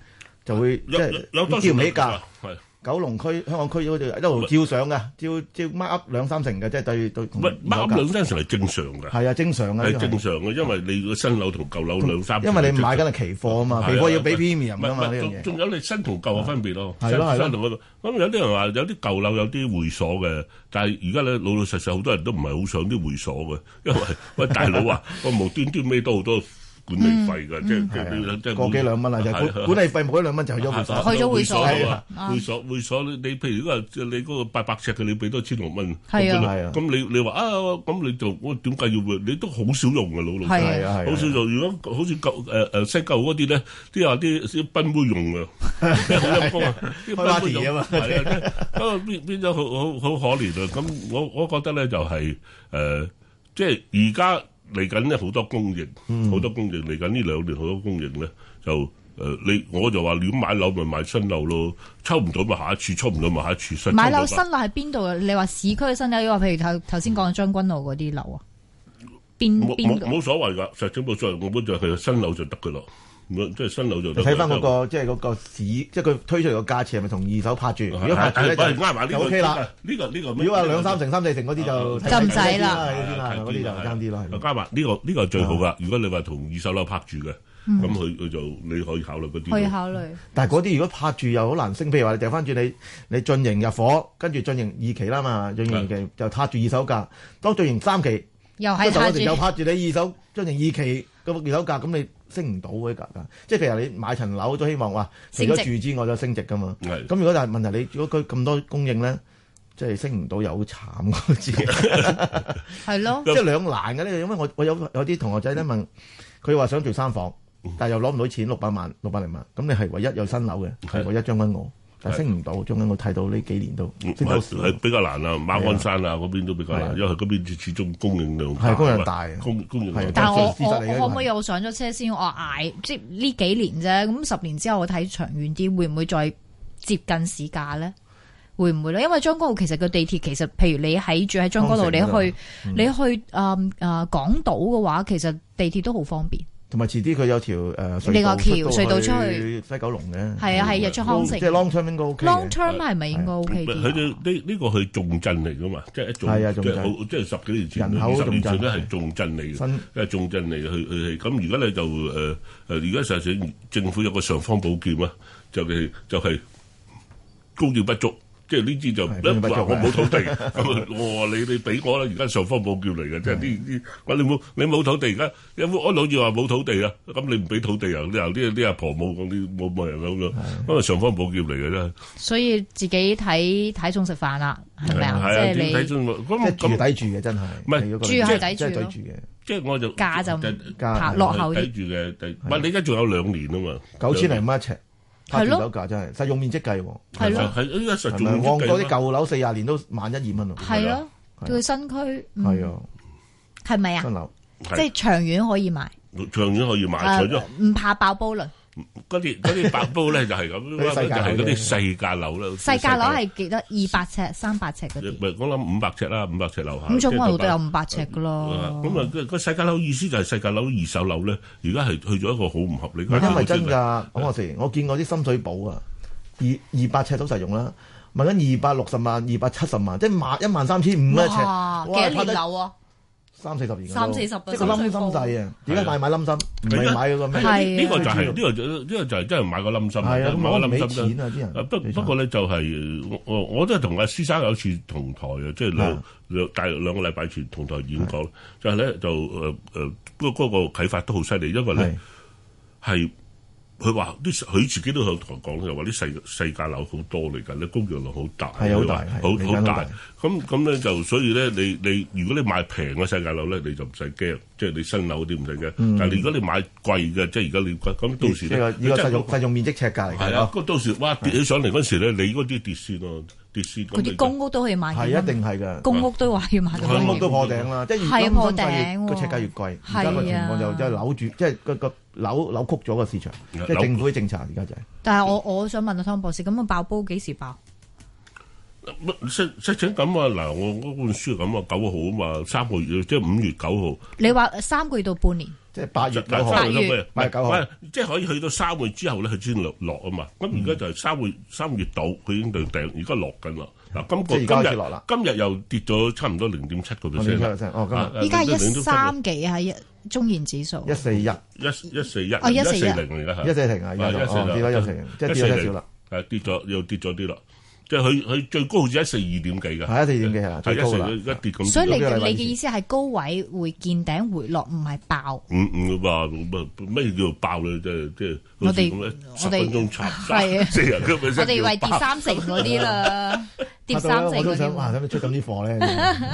C: 就會即
D: 有有
C: 係
D: 有多
C: 照唔起價？
D: 啊係。
C: 九龍區、香港區好似一路照上嘅，照照 mark up 兩三成嘅，即係對對同
D: 唔係
C: 二手
D: 孖
C: 價
D: 兩三成係正常嘅，
C: 係啊，正常嘅
D: 係
C: 呢個
D: 正常嘅，因為你個新樓同舊樓兩三
C: 係，
D: 成
C: 因
D: 係正常，
C: 為你買緊係期貨啊嘛，期
D: 係啊
C: 貨要俾
D: 唔係
C: premium 啊嘛
D: 唔係
C: 呢樣
D: 仲
C: 嘢。
D: 仲有你新同舊嘅分別咯，
C: 係咯
D: 新
C: 係咯
D: 新同嗰度。咁有啲人話有啲舊樓有啲會所嘅，但係而家咧老老實實好多人都唔係好上啲會所嘅， 因為喂大佬 啊，我無端端孭多好多管理費㗎，即係即
C: 係
D: 係
C: 啊
D: 即係
C: 個幾兩蚊啦，就係
D: 係啊
C: 管管理費冇一兩蚊就去咗會所。
B: 去咗會所
D: 係啊
C: 係
B: 啊
D: 會所會所你你譬如如果係你嗰個八百尺嘅，你俾多千六蚊，
B: 係啊
D: 咁
C: 係啊
D: 咁你你話啊，咁你就我點解要會你都好少用嘅老老實實
C: 係啊係啊
D: 好少用。如果好似舊誒誒西舊嗰啲咧，啲有啲啲賓妹用嘅， 即係好陰功啊！啲賓妹
C: 開
D: 用
C: party 啊嘛
D: 係啊，不過變變咗好好好可憐啊！咁我我覺得咧就係誒，即係而家嚟緊咧好多供
C: 嗯
D: 應，好多供應嚟緊呢兩年好多供應咧就。誒你我就話亂買樓咪買新樓咯，抽唔到咪下一次，抽唔到咪下一次。實抽
B: 買樓
D: 到咪
B: 新樓喺邊度啊？你話市區嘅新樓，又話譬如頭頭先講嘅將軍澳嗰啲樓啊，邊
D: 冇
B: 邊
D: 冇
B: 個
D: 冇所謂㗎，實質冇所謂，我本就係新樓就得㗎咯，咁即係新樓就得㗎。啊
C: 睇翻嗰個即係嗰個市，即係佢推出嚟個價錢係咪同二手拍住？
D: 哦
C: 如果拍住咧
D: 係
C: 就
D: 係啱埋呢個
C: 就 OK 啦。，
D: 呢個呢個咩啊
C: 如果話兩三成、三四成嗰啲就
D: 就
B: 唔使啦
C: 嗰啲
D: 啊
C: 啦，嗰啲就爭啲啦。係咯嗯
D: 加埋呢個呢個係最好㗎。如果你話同二手樓拍住嘅，咁佢佢就你可以考慮嗰啲
B: 嗯可以
D: 咯。
B: 考慮？
C: 但係嗰啲如果拍住又好難升，譬如話你掉翻轉你你進營入伙，跟住進營二期啦嘛，進營二期就拍住二手價，當進營三期
B: 又係
C: 嗰
B: 太
C: 陣時
B: 住
C: 又拍住你二手進營二期咁二手價，咁你升唔到嘅 價格。即係譬如你買層樓都希望話除咗
B: 升值
C: 住之外就升值噶嘛。
D: 係
C: 咁如果但係問題你如果佢咁多供應咧，即係升唔到又好慘嗰 自己。
B: 係咯，
C: 即係兩難嘅呢個，因為我我有有啲同學仔咧問，佢話想住三房，但係又攞唔到錢，六百萬、六百零萬，咁你係唯一有新樓嘅，係唯一將軍澳，但係升唔到將軍澳，睇到呢幾年都
B: 嗯
D: 唔
C: 升到
D: 嗯係
C: 少，
D: 係比較難啊，馬鞍山啊嗰邊都比較
C: 係啊
D: 難，因為佢嗰邊始終供應量
C: 係供應
D: 啊
C: 大啊
D: 供供應
C: 係
D: 量
B: 但係我
C: 事
B: 我
C: 實嚟
B: 我
C: 嘅
B: 可唔可以我上咗車先？我捱即係呢幾年啫，咁十年之後我睇長遠啲，會唔會再接近市價咧？會唔會咧？因為將軍澳其實個地鐵其實，譬如你喺住喺將軍澳，
C: 康城嗰度
B: 你去、你去啊啊港島嘅話，其實地鐵都好方便。
C: 同埋遲啲佢有條誒
B: 你
C: 隧
B: 個
C: 道
B: 橋
C: 出
B: 隧道出
C: 去西九龍嘅，
B: 係啊，係日出康城。
C: 即係 long term 應該 OK 嘅
B: long term 係咪應該 OK 啲
D: 佢哋
B: 啊？
D: 呢呢個係重鎮嚟噶嘛，即係一重
C: 係啊重鎮
D: 即係好即係十幾年前、
C: 人口
D: 二十年
C: 重鎮
D: 前都係重鎮嚟嘅，
C: 新
D: 即係重鎮嚟嘅佢佢係咁。而家咧就誒誒，而家實際上政府有個尚方寶劍啊，就係就係供應不足。即係呢啲就
C: 係供應不
D: 一
C: 足
D: 話
C: 啊
D: 我冇土地，咁啊我話你你俾我啦，而家尚方寶劍嚟嘅，即係呢啲話你冇你冇土地，而家有冇安老業話冇土地啊？咁你唔俾土地啊？你又啲啲阿婆冇講啲冇冇人咁樣，咁啊尚方寶劍嚟嘅真係。
B: 所以自己睇睇餸食飯啦，係咪啊？
D: 係啊，
B: 即係
D: 睇
B: 你
D: 中
C: 即
D: 咁
C: 係住
D: 咁，
C: 抵住嘅真係，
D: 唔係
C: 你嗰個
B: 住係
C: 即
B: 抵住
C: 即係
B: 咯
C: 抵住嘅。
D: 即係我就
B: 價就
D: 就
C: 價
B: 拍落後
D: 睇
B: 啲。
D: 住嘅，第唔係你而家仲有兩年啊嘛，
C: 九千零蚊一尺，
B: 係
C: 拍
B: 咯
C: 住樓價真係，實用面積計喎，
B: 係咯
D: 啊係依家實
C: 係
D: 仲
C: 咪
D: 要
C: 旺角
D: 計
C: 啲
D: 啊
C: 舊樓四廿年都萬一二蚊喎，
B: 係咯，
C: 係啊
B: 佢新區嗯
C: 係啊，
B: 係咪啊
C: 新？
D: 嗯
C: 樓
D: 係
B: 即係長遠可以買，
D: 長遠可以買，除咗
B: 誒唔怕爆煲嘞。
D: 嗰啲嗰啲白煲咧就係咁，
C: 嗰啲細
D: 就
C: 價
D: 係
C: 樓
D: 嗰
C: 啫
D: 啲細價樓啦，
B: 細價樓係幾多？二百尺、三百尺嗰
D: 唔
B: 啲，
D: 係我諗五百尺啦，五百尺樓下，
B: 咁中
D: 即係
B: 國路
D: 到
B: 都有
D: 百
B: 五百尺
D: Ờ,
B: 噶咯。
D: 咁啊，個個細價樓意思就係細價樓二手樓咧，而家係去咗一個好唔合理嘅。
C: 因為真㗎，講我時我見過啲深水埗啊，二二百尺都實用啦，問緊二百六十萬、二百七十萬，即係萬一萬三千五一尺，
B: 哇！幾多年樓啊？
C: 三四十年㗎
B: 三
C: 都
B: 四十啊
C: 即係個冧心細啊！而家買買冧心，唔係買嗰個咩？
B: 係啊
D: 呢呢個就係呢個就呢個就係真係買個冧心，
C: 係啊，
D: 買個
C: 咁攞唔
D: 冧
C: 起
D: 心
C: 錢啊啲
D: 啊
C: 人。
D: 不不過咧就係、我我我都係同阿師生有次同台啊，即係兩
C: 啊
D: 兩大約兩個禮拜前同台演講，就係咧就誒誒嗰嗰個啟發都好犀利，因為
C: 係
D: 咧係佢話啲佢自己都有同我講，就話啲細細價樓好多嚟㗎，你供應量好大，
C: 係好大
D: 好
C: 係
D: 好
C: 嚟緊好
D: 大
C: 大。
D: 咁咁咧就所以咧，你你如果你買平嘅世界樓咧，你就唔使驚，即係你新樓嗰啲唔使驚。但係你如果你買貴嘅，即係而家你咁到時
C: 呢個
D: 咧，
C: 呢個
D: 你真
C: 實
D: 係
C: 用實用面積尺價嚟哦
D: 係
C: 㗎
D: 啊，，咁到時哇跌起上嚟嗰時咧，你嗰啲跌先咯，跌先。
B: 嗰啲公屋都可以買
C: 係
B: 嘅，
C: 一定係㗎。
B: 公屋都話要買到
D: 係
C: 香
D: 公
C: 港
D: 屋
C: 都破頂啦，即係
B: 啊係
C: 越
B: 啊破
C: 咁
B: 頂喎
C: 個尺價越貴，
B: 係啊
C: 而家個情況就即係扭住，即係個個扭扭曲咗個市場，即
D: 扭
C: 係政府啲政策而家就係
B: 但係我我想問阿湯博士，咁啊爆煲幾時爆？
D: 乜實實情咁啊！嗱，我嗰本書咁啊，九號啊嘛，三個月即係五月九
B: 你話三個月到半年，
C: 即係八月
D: 號，
C: 九號
D: 三個
B: 八
D: 月
B: 月
D: 到咩？
C: 八月九號
D: 唔係即係可以去到三個月之後咧，佢先落落啊嘛。咁而家就係三個月三月到，佢已經到頂，而家落緊啦。嗱，今
C: 嗯即係而家開
D: 個
C: 始
D: 今
C: 落
D: 日
C: 啦
D: 今日又跌咗差唔多零點七個
C: 我哋
D: percent
C: 聽
D: 啦
C: 日。先哦，今日
D: 啊
B: 依家係一
D: 0.7
B: 三幾係一中原指數
C: 一。四一，一
D: 一一四一
B: 哦
D: 一
B: 141
D: 四零而家係
C: 四停啊，而
D: 啊
C: 家就
D: 140
C: 哦跌咗一四零，即係跌咗一少啦，
D: 係跌咗又跌咗啲啦。即係佢佢最高好似一四二點幾㗎，
C: 啊係一四點幾係啦，
D: 係
C: 最高
D: 啊一
C: 啦
D: 成。一跌咁。
B: 所以你
C: 咁
B: 嘅
C: 樣係
B: 你
C: 位
B: 嘅
C: 置
B: 意思係高位會見頂回落，唔係爆。
D: 五五話乜咩叫做爆咧？即係即係好似咁咧，
B: 我哋
D: 十
B: 我哋
D: 分鐘插
B: 係啊
D: 四十個 percent
B: 我哋以為跌
D: 叫爆
B: 三成嗰啲 啦，跌
C: 嚇
B: 三成
C: 到咧
B: 嗰
C: 我都想哇，
B: 啲。
C: 使唔使出咁啲 貨咧？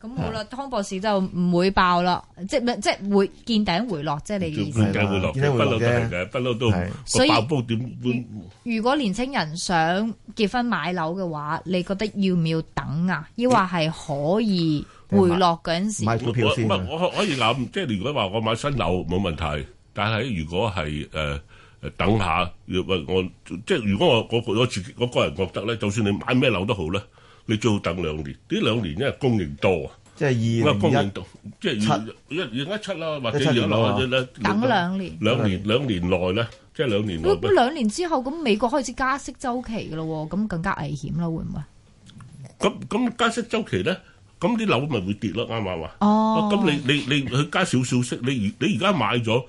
B: 咁好啦，湯博士就唔會爆啦，即係即係會見頂回落，即係你嘅意思。
D: 點解會落？
C: 點解
D: 不
C: 會
D: 嬲
C: 落
D: 都
C: 啫
D: 係嘅，不嬲都
C: 係
D: 個
B: 所以
D: 爆煲點會？
B: 如果年青人想結婚買樓嘅話，你覺得要唔要等啊？抑或係可以回落嗰陣時？
C: 買
D: 我
C: 股
D: 我
C: 票先啊，
D: 我可可以諗，即係如果話我買新樓冇問題，但係如果係誒誒等下，要喂我即係如果我我我自己我個人覺得咧，就算你買咩樓都好咧，你最好等兩年。呢兩年因為供應多啊，
C: 即係
D: 因為供
C: 二零
D: 應
C: 一
D: 多，即係一一一七啦，或者
C: 一七
D: 一
C: 年
D: 樓
C: 啊
D: 或者咧
B: 等兩年。
D: 兩年兩年內咧，即係兩年內
B: 咁咁兩年之後，咁美國開始加息周期噶咯喎，咁更加危險啦，會唔會？
D: 咁咁加息周期咧，咁啲樓咪會跌咯，啱唔啱啊？
B: 哦
D: 咁你你你佢加少少息，你而你而家買咗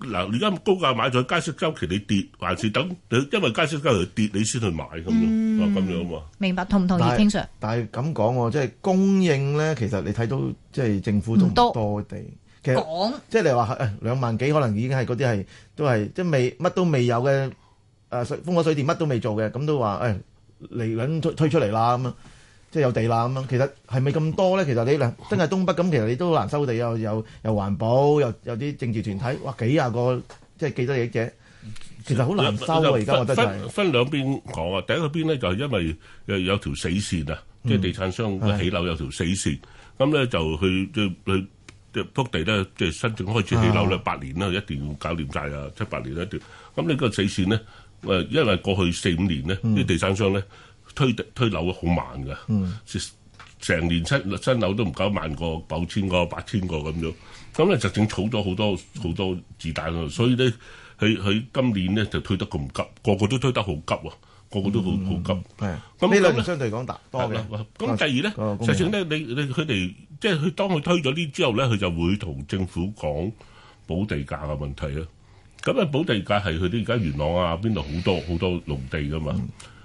D: 嗱，而家高價買咗加息周期，你跌還是等？你因為加息周期跌，你先去買咁樣，啊咁樣嘛。
B: 明白，同唔同意
C: 但係
B: ，King Sir？
C: 但係咁講喎，即係供應咧，其實你睇到即係政府都
B: 唔
C: 唔
B: 多
C: 多地，其實。
B: 講
C: 即係你話誒兩萬幾，可能已經係嗰啲係都係即係未乜都未有嘅誒、水風火水電乜都未做嘅，咁都話誒嚟緊推推出嚟啦咁樣，即係有地啦咁啊樣。其實係咪咁多咧？其實你嗱，真係東北咁，其實你都好難收地，又又又環保，又有啲政治團體，哇幾廿個即係既得利益者，其實好難
D: Dạ,
C: 收啊！而家我覺得就係、
D: 分分兩邊講啊，第一個邊咧就係因為有有條死線啊，即係地產商嘅起樓有條死線，咁咧就去去去。即係幅地咧，即係申請開始起樓咧，八年啦，一定要搞掂晒啊，七八年一定。咁你個死線咧，誒，因為過去四五年咧，啲地產商咧推地推樓好慢㗎，成年新新樓都唔夠一萬個、九千個、八千個咁樣，咁咧就正儲咗好多好多子彈咯。所以咧，佢佢今年咧就推得咁急，個個都推得好急喎，個個都好好急。
C: 係啊
D: 咁
C: 呢兩
D: 咁
C: 年
D: 咧
C: 相對嚟講大多
D: 係
C: 嘅
D: 啦。咁第二咧，
C: 個公
D: 實上咧，你你佢哋即係佢當佢推咗呢之後咧，佢就會同政府講補地價嘅問題啦。咁啊，補地價係佢哋而家元朗啊邊度好多好多農地噶嘛。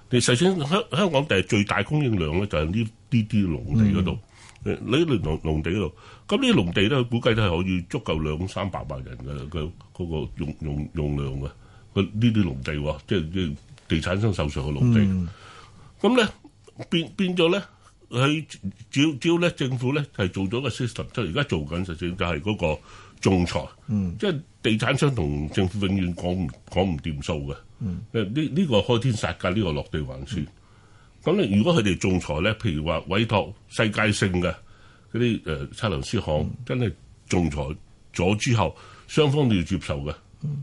D: 你實上香香港地最大供應量咧就係呢呢啲農地嗰度，誒呢啲農農地嗰度。咁呢啲農地咧，估計都係可以足夠兩三百萬人嘅嘅嗰個用用用量嘅。佢呢啲農地喎，即係即係地產商手上嘅農地。咁咧變變咗咧，佢只要只要咧政府咧係做咗個 system 出嚟，而家做緊實際就係嗰個仲裁，即係地產商同政府永遠講唔講唔掂數嘅。誒呃呢呢個開天殺價，呢、個落地還算。咁咧、如果佢哋仲裁咧，譬如話委託世界性嘅嗰啲誒測量師行，真係仲裁咗之後，雙方都要接受嘅。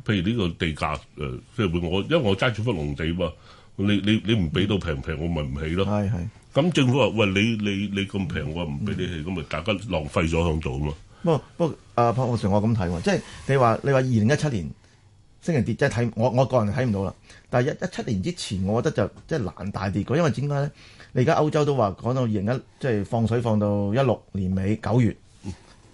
D: 譬如呢個地價誒，呃即、係會我因為我揸住幅農地嘛，你你你唔俾到平平，我咪唔起咯。
C: 係係。
D: 咁政府話：喂，你你你咁平，我唔俾你起，咁咪大家浪費咗響度啊嘛。
C: 不過不過，阿潘浩常我咁睇喎，即係你話你話二零一七年星期跌真係睇我我個人睇唔到啦。但係一一七年之前，我覺得就即係難大跌過，因為點解咧？你而家歐洲都話講到二零一即係放水放到一六年尾九月，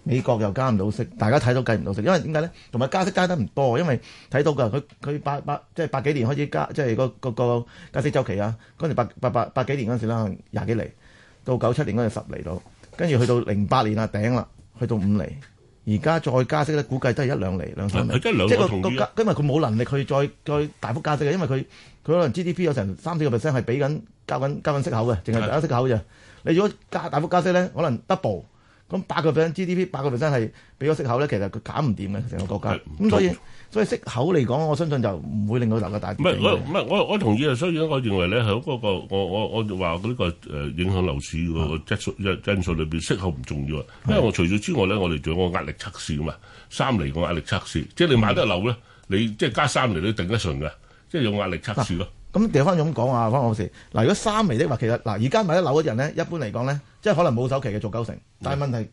C: 美國又加唔到息，大家睇到計唔到息，因為點解咧？同埋加息加得唔多，因為睇到㗎，佢佢八八即係八幾年開始加，即係個個個加息周期啊，嗰陣時八八八八幾年嗰陣時啦，可能廿幾厘，到九七年嗰陣十厘到，跟住去到零八年啊頂啦，去到五厘，而家再加息咧，估計都係一兩厘兩三厘，
D: 係即係兩個
C: 即係個
D: 同
C: 個
D: 意啊
C: 加，因為佢冇能力去再再大幅加息嘅，因為佢佢可能 GDP 有成三四個 percent 係俾緊交緊交緊息口嘅，淨係
D: 係
C: 加息口啫。你如果加大幅加息咧，可能 double。咁八個 percent GDP 八個 percent 係俾咗息口咧，其實佢減唔掂嘅成個國家
D: 係。
C: 咁所以所以息口嚟講，我相信就唔會令到大家大
D: 唔
C: 跌嘅。
D: 係我唔係我我同意啊，所以我認為咧喺嗰個我我我就話呢個誒呃影響樓市
C: 啊
D: 嗰個質素因因素裏邊息口唔重要啊，因為我除咗之外咧，我哋仲有個壓力測試啊嘛，三厘個壓力測試，即係你買得樓
C: 嗯
D: 咧，你即係加三厘都頂得順嘅，即係用壓力測試咯。
C: 咁掉翻咁講啊，方老師，嗱，如果三厘的話，其實嗱，而家買得樓嗰啲人咧，一般嚟講咧，即係可能冇首期嘅做九成，但係問題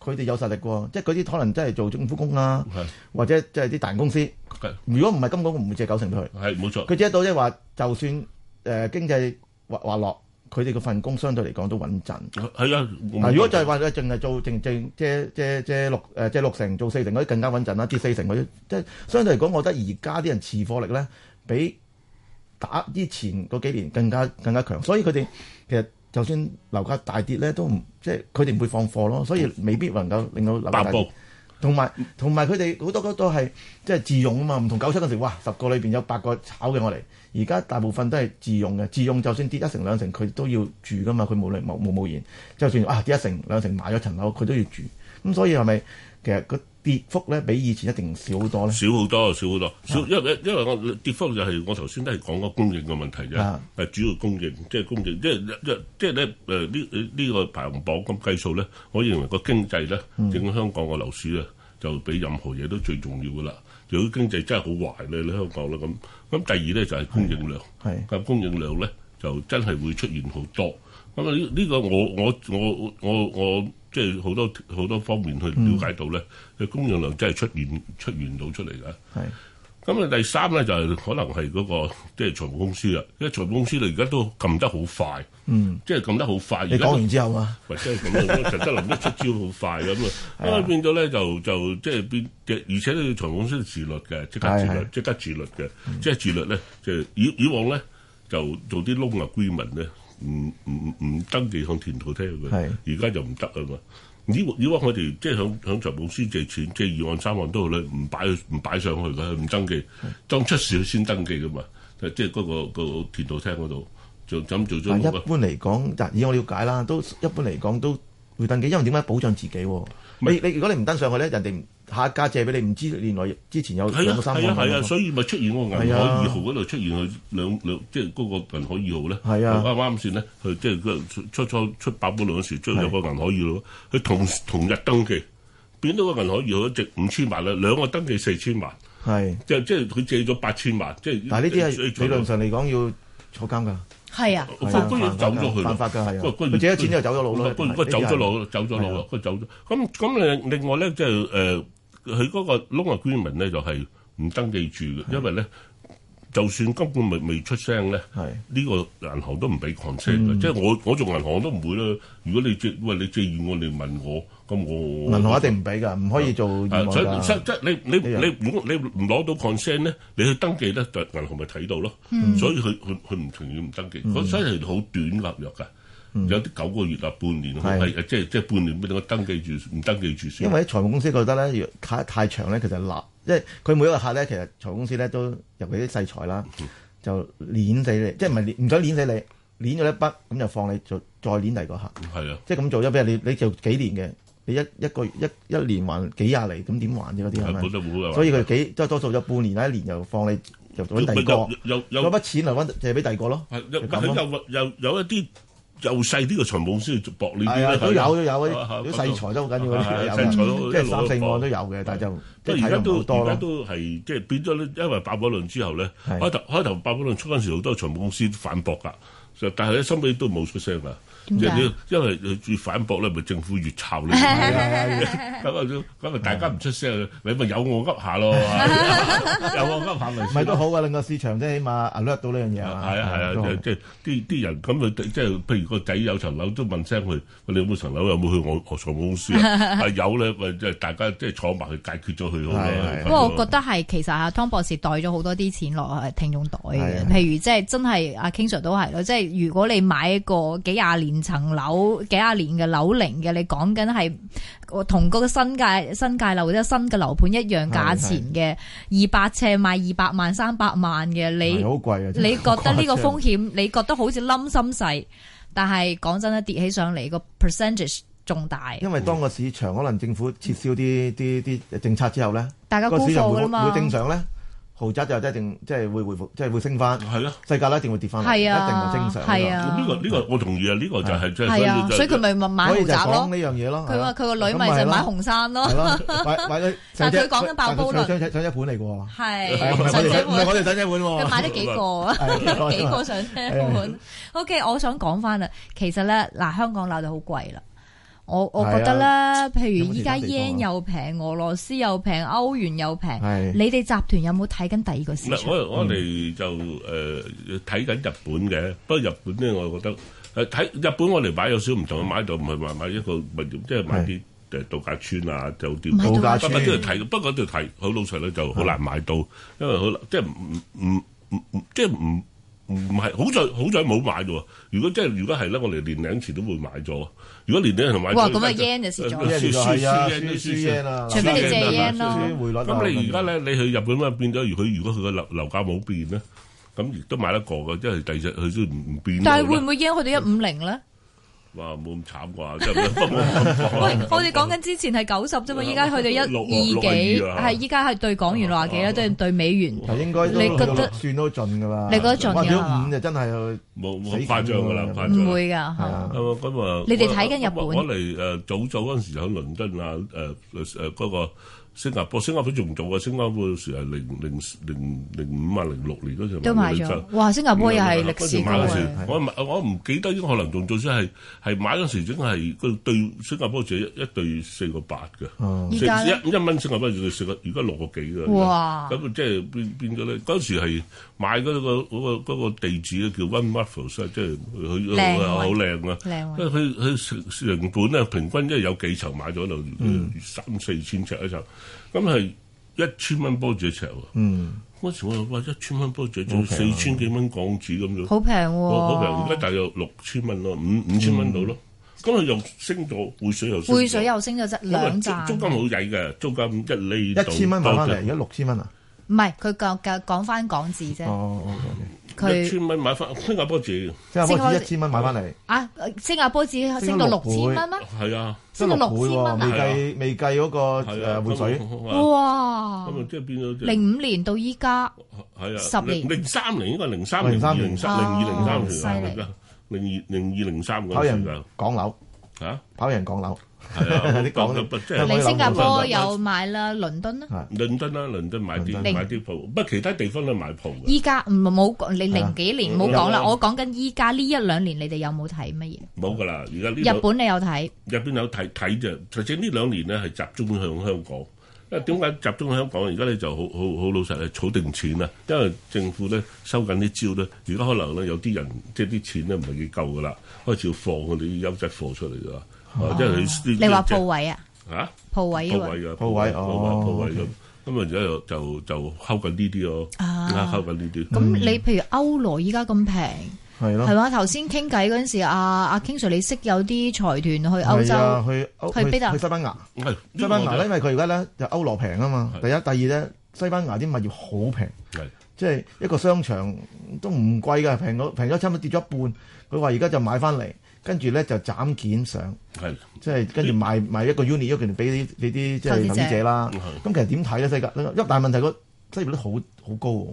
C: 佢哋有實力喎，即係嗰啲可能真係做政府工啦，
D: 係
C: 或者即係啲大型公司。
D: 係
C: 如果唔係金管局唔會借九成俾佢，
D: 係冇錯。
C: 佢借得到即係話，就算誒、呃、經濟滑滑落，佢哋個份工相對嚟講都穩陣。
D: 係啊，我冇
C: 嗱，如果就
D: 錯
C: 係話你淨係做淨淨借借借六誒借六成做四成嗰啲更加穩陣啦，跌四成嗰啲，即係相對嚟講，我覺得而家啲人持貨力咧，比打之前嗰幾年更加更加強，所以佢哋其實就算樓價大跌咧，都唔即係佢哋唔會放貨咯，所以未必能夠令到樓價
D: 八
C: 大
D: 步
C: 跌。。同埋同埋佢哋好多都係即係自用啊嘛，唔同九七嗰時，哇十個裏邊有八個炒嘅我嚟，而家大部分都係自用嘅，自用就算跌一成兩成，佢都要住噶嘛，佢冇力冇冇冇言，就算啊跌一成兩成買咗層樓，佢都要住，咁所以係咪其實個跌幅咧比以前一定少好多咧？啊
D: 少好多，少好多，少因為因為我跌幅就係我頭先都係講個供應嘅問題啫
C: 啊，
D: 係主要供應，即係供應，即係即係即係咧誒呢呢個排行榜咁計數咧，我認為個經濟咧，
C: 嗯
D: 整個香港個樓市咧，就比任何嘢都最重要噶啦。如果經濟真係好壞咧，你香港啦咁，咁第二咧就係供應量。
C: 係
D: 咁供應量咧就真係會出現好多。咁啊呢呢個我我我我我即係好多好多方面去
C: 嗯
D: 了解到咧，嘅、供應量真係出現出現到出嚟㗎。
C: 係
D: 咁啊第三咧就係、可能係嗰、個即係財務公司啦，因為財務公司你而家都撳得好快，嗯，即係撳得好快。而
C: 你
D: 家都
C: 講完之後啊，
D: 或者係咁樣，陳德林一出招好快咁啊，咁啊變咗咧就就即係變，而且咧財務公司自律嘅，即刻
C: 係
D: 自律
C: 係，嗯
D: 即刻自律嘅，即係自律咧就以以往咧就做啲窿啊居民咧，唔唔唔唔登記向田土廳
C: 係
D: 嘅，而家就唔得啊嘛。以往以往我哋即係響響財務公司借錢，即係二按三按都好咧，唔擺唔擺上去嘅，唔登記，當出事佢先登記噶嘛，即係嗰個個田土廳嗰度。即做咁做咗
C: 但一
D: 好啊。
C: 般嚟講，嗱以我了解啦，都一般嚟講都會登記，因為點解保障自己喎？你你如果你唔登上去咧，人哋唔下一家借俾你，唔知原來之前有
D: 係
C: 兩
D: 啊
C: 個三
D: 係啊係啊，
C: 個。
D: 所以咪出現嗰個
C: 係
D: 銀
C: 啊
D: 海二號嗰度出現佢兩兩，即係嗰個銀海二號咧，
C: 係啊
D: 啱啱先咧，佢即係佢初初出八寶兩時，將有個銀海二號，佢同同日登記，變到個銀海二號值五千萬啦，兩個登記四千萬，
C: 係，
D: 就即係佢借咗八千萬，即係
C: 但係呢啲係理論
D: 上
C: 上嚟講要坐監㗎，
B: 係啊，
D: 不
C: 係啊
D: 不如走咗佢
C: 犯
D: 啦。
C: 法㗎係啊
D: 不不，如
C: 佢借咗錢就走咗佬啦，
D: 不不走咗路咯，走咗路咯，佢走咗。咁咁另另外咧，即係誒，佢嗰個 loan agreement 咧就係唔登記住嘅，因為咧，就算根本未未出聲咧，
C: 係
D: 呢個銀行都唔俾 consent 嘅。即係我我做銀行都唔會啦。如果你借喂你借預我，你問我，咁我
C: 銀行一定唔俾㗎，唔可以做意外
D: 啊，所以所以
C: 㗎。哎
D: 即係你你
C: 呢樣
D: 你如果你唔攞到 consent 咧，你去登記咧，就銀行咪睇到咯。
C: 嗯
D: 所以佢佢佢唔情願唔登記，咁所以係好短合約㗎。有啲九個月啊，半年
C: 嗯係
D: 係即係即係半年俾我登記住，唔登記住先。
C: 因為啲財務公司覺得咧，如果太太長咧，其實立，因為佢每一個客咧，其實財務公司咧都尤其啲細財啦，就碾死你，即係唔係碾唔想碾死你，碾咗一筆咁就放你做再碾第二個客。
D: 係啊，
C: 即係咁做，因為你你做幾年嘅，你一一個月一一年還幾廿厘，咁點還啫？嗰啲係
D: 係本
C: 咪？
D: 得冇啊。
C: 所以佢幾即係多數咗半年啦，一年就放你就揾第二個，
D: 有有有
C: 嗰筆錢嚟揾借俾第二個咯。
D: 係
C: 就
D: 有
C: 咁咯
D: 有有有一啲又細啲嘅財務公司去搏呢啲
C: 係啊，
D: 咧，
C: 都有都有
D: 係啊係啊
C: 嗰啲，啲細財都好緊要嗰
D: 係啊
C: 啲有
D: 細財
C: 嘅
D: 都，
C: 即
D: 一
C: 係
D: 路
C: 三
D: 都
C: 四案
D: 放
C: 都有嘅，但係就即
D: 即係
C: 係
D: 而
C: 睇
D: 家
C: 得唔
D: 都
C: 好多
D: 而家
C: 咯。
D: 都係即係變咗咧，因為爆火論之後咧，
C: 係
D: 開頭開頭爆火論出嗰陣時，好多財務公司反駁㗎，就但係咧心尾都冇出聲㗎。
B: 點解
D: 因為你因為越反駁咧，咪政府越炒 你。
C: 係
D: 咁
C: 啊係啊
D: 啊，咁啊，大家唔出聲，你咪有我噏下 咯，有我噏下咪
C: 唔
D: 先
C: 係都好嘅，令個市場即係起碼 alert 到呢樣嘢
D: 係
C: 嘛
D: 啊係啊，
C: 都好
D: 即係啲啲人咁佢即係譬如個仔有層樓都問聲佢，喂你有冇層樓有冇去我我財務公司 啊？啊有咧，咪即係大家即係坐埋去解決咗佢好啦
C: 係係。
B: 不過我覺得係其實阿湯博士袋咗好多啲錢落去聽眾袋
C: 係
B: 嘅
C: 啊，
B: 譬如即係真係阿 King Sir 都係咯，即係如果你買一個幾廿年層樓、幾廿年嘅樓齡嘅，你講緊係呃同嗰個新界新界樓或者新嘅樓盤一樣價錢嘅，二百尺賣二百萬、三百萬嘅，
C: 係
B: 你
C: 好貴啊！真係
B: 你覺得呢個
C: 好
B: 風
C: 誇
B: 險，你覺得好似冧心細，但係講真咧跌起上嚟個 percentage 仲大
C: 張？，因為當個市場可能政府撤銷啲啲啲政策之後咧。
B: 大家
C: 個
B: 估
C: 市場
B: 貨
C: 會
B: 噶啦嘛
C: 會。正常咧，豪宅就一定即係會回復，即係會升翻，
D: 係啊。
C: 世界咧一定會跌翻，
B: 係啊
C: 一定係正常。
B: 係啊
D: 呢個呢個我同意啊！呢個就係即係
B: 係啊，所以佢咪咪買
C: 所
B: 豪
C: 以就
B: 宅咯
C: 講呢。樣嘢咯。
B: 佢話佢個女
C: 咁
B: 咪
C: 係
B: 就
C: 咯
B: 買紅衫咯
C: 係，咯，買買咗上
B: 但係
C: 車
B: 佢講緊爆煲論
C: 上上上上車盤嚟嘅喎，
B: 係
C: 係啊唔係我
B: 上車
C: 哋上唔係
B: 盤，
C: 我哋上車盤
B: 佢
C: 喎，
B: 買咗幾個
C: 係
B: 啊，
C: 係
B: 幾個上車盤。OK，我想講翻啦，其實咧嗱，香港樓就好貴啦。我我覺得
C: 係
B: 咧，譬如依家
C: 有冇其他地方啊
B: yen 又平，俄羅斯又平，歐元又平。
C: 係
B: 你哋集團有冇睇緊第二個
D: 唔
B: 市
D: 係
B: 場？
D: 我我哋就誒睇緊日本嘅，不過日本咧，我覺得誒睇日本我哋買有少唔同，買就唔係話買一個物業，即係買啲誒度假村啊、酒店。
B: 買
C: 度假
D: 不
C: 村
D: 不都要睇，不過都要睇，好老實咧就好難買到，因為好難即係唔唔唔唔即係唔唔係好在好在冇買啫喎。如果即係如果係咧，我哋年零前都會買咗。啊如果年零前買咗，
B: 哇咁啊 yen 就蝕咗啦
D: 輸
C: 即係
D: 輸
C: 係啊，
D: 輸
C: 輸
D: yen，
C: 輸 yen 啊，
B: 除非你借
D: 輸 yen 啊
B: yen 咯
C: 輸匯率啊
D: 咁你而家咧，你去日本咧變咗，如果如果佢個樓樓價冇變咧，咁亦都買得過嘅，因為第二日佢都唔唔變。
B: 但係會唔會 yen 去到一五零咧？
D: 哇，冇咁慘啩，真係不過我唔敢講
B: 喂，我哋講緊之前係九十啫嘛，依家去到一二
D: 六啊
B: 幾，
D: 六啊二啊
B: 係依家係對港元六啊幾啦，對對美元。
C: 就應該都
B: 你覺得
C: 算都盡㗎啦，
B: 你覺得盡㗎
C: 或者五就真係
D: 冇冇誇張㗎啦，誇張啦。
B: 唔會㗎，
C: 係啊
D: 咁啊咁啊，
B: 你哋睇緊日本
D: 我我嚟誒早早嗰陣時喺倫敦啊誒誒嗰個新加坡，新加坡仲早啊，新加坡嗰時係零零零零五啊零六年嗰陣
B: 都買咗。哇！新加坡又係歷史高啊
D: 嗰
B: 位
D: 時，我唔我唔記得，可能仲最先係係買嗰時，真係個對新加坡就一一對四個八嘅。
C: 嗯
B: 依家咧
D: 一一蚊新加坡就食個，而家六個幾嘅。
B: 哇
D: 咁即係變變咗咧，嗰時係買嗰、個嗰、個嗰個地址咧叫 One Raffles，即係佢佢
B: 靚位
D: 好靚啊！
B: 靚位
D: 因為佢佢成成本咧平均即係有幾層買咗度三四千尺一層，咁係一千蚊波子一尺喎。
C: 嗯，
D: 嗰時我話哇一千蚊波子，
C: 好
D: 仲
C: 平啊
D: 四千幾蚊港紙咁樣。
B: 好平
D: 哦好平，而家
B: 喎，
D: 大約六千蚊咯，五五千蚊到咯。咁佢又升咗，匯水又升咗
B: 匯水又升咗質
D: 咁啊
B: 兩賺，
D: 租租金好曳嘅，租金一厘
C: 一千蚊買翻嚟，
D: 多
C: 而家六千蚊啊，
B: 唔係佢講講講翻港紙啫。
C: 哦，OK，OK，
D: 一
B: 佢
D: 千蚊買翻新加坡字，
C: 即係開始一
B: 即
C: 千蚊買翻嚟，
B: 啊，新加坡只升到
C: 升到
B: 六
C: 六
B: 千蚊咩？
D: 係啊，
C: 即
B: 升
C: 係
B: 到
C: 六
B: 六
C: 倍
B: 千蚊
C: 喎，
B: 啊！
C: 未計未計嗰個
D: 係啊，
C: 誒換水，
D: 咁啊
B: 哇！
D: 咁啊，即係變咗即係
B: 哦零五年到依家，
D: 係啊，
B: 十年
D: 零三年應該零三零
C: 03
D: 二
C: 年
D: 零三零二零
B: 哦犀
D: 三
B: 利
D: 零二零二零三嗰
C: 跑
D: 陣
C: 人
D: 時㗎
C: 港樓，
D: 嚇，
C: 跑人港樓，
D: 係 啊，
C: 你講
D: 咁即
C: 香港
D: 係
C: 有
B: 你新加坡
D: 冇
B: 有買啦，倫敦啦，
D: 倫敦啦，倫敦買啲
C: 倫
B: 敦
D: 買啲鋪，不過其他地方都買鋪嘅，
B: 依家唔冇講你零幾年冇講啦，
D: 有啊
B: 我講緊依家呢一兩年，你哋有冇睇乜嘢？
D: 冇㗎啦。而家呢
B: 日
D: 度
B: 本你有睇？
D: 入邊有睇睇啫，實際呢兩年咧係集中向香港。因為點解集中香港？而家咧就好好好老實係儲定錢啊！因為政府咧收緊啲招咧，而家可能咧有啲人即係啲錢咧唔係幾夠噶啦，開始要放佢哋啲優質貨出嚟㗎啦。啊，因為佢
B: 你話鋪
D: 鋪
B: 位啊？
D: 啊
B: 鋪位
D: 鋪
B: 呢位
D: 位㗎
C: 鋪位
D: 鋪
C: 哦
D: 位鋪位咁，咁啊而家就就就睺緊呢啲咯，
B: 啊
D: 而家睺緊呢啲。
B: 咁你譬如歐羅依家咁平。
C: 係咯
B: 係。嘛？頭先傾偈嗰陣時，阿阿 King Sir 你識有啲財團去歐
C: 係啊
B: 洲，
C: 去歐
B: 去
C: 去
B: 邊啊
C: 去西班牙。
D: 嗯係
C: 西班牙咧，
D: 呢
C: 因為佢而家咧就歐羅平啊嘛。第一、第二咧，西班牙啲物業好平，
D: 個就係
C: 即係一個商場都唔貴㗎，平咗平咗差唔多跌咗一半。佢話而家就買翻嚟，跟住咧就斬件上，
D: 係
C: 即係跟住賣賣一個 unit 一個 unit 俾啲俾啲即係
B: 投
C: 投
B: 資者
C: 資者啦。
D: 係
C: 咁其實點睇咧？西格一但係問題個失業率好好高喎，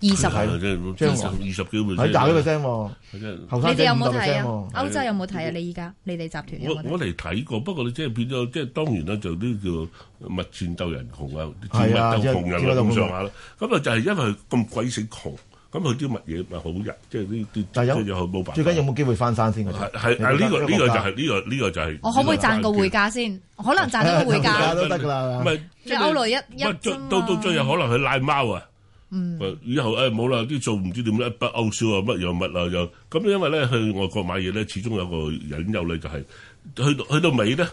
B: 二十，啊
D: 係啊即係
C: 將
D: 二十幾個
C: 係廿幾 percent 喎，
D: percent。
C: 後
B: 你
C: 生仔
B: 哋有
C: 五十
B: 冇睇
C: percent
B: 啊
C: 喎？。
B: 歐洲有冇睇啊？你依家你哋集團有
D: 我
B: 冇睇？啊
D: 我嚟睇過，不過你即係變咗，即係當然啦，就呢叫物戰鬥人窮啊，戰
C: 係啊
D: 物鬥窮人啊
C: 即係
D: 咁上下啦。咁啊就係因為佢咁鬼死窮，咁佢啲乜嘢咪好人，即係呢啲
C: 但係有
D: 即係有冇辦法？
C: 最緊有冇機會翻山先嗰
D: 係
C: 啲？
D: 係啊！呢個呢個就
C: 國家
D: 係呢個呢個就係。
B: 我可唔可以賺個匯價先？可能賺到個匯
C: 係啊
B: 價，
C: 都得㗎啦
D: 唔係
B: 你歐羅一一
D: 喂
B: 啫嘛
D: 到到最後可能佢賴貓啊！喂以後誒冇啦，啲做唔知點咧，北歐銷啊，乜又乜啊又咁，因為咧去外國買嘢咧，始終有個引誘咧，就係去到去到尾咧。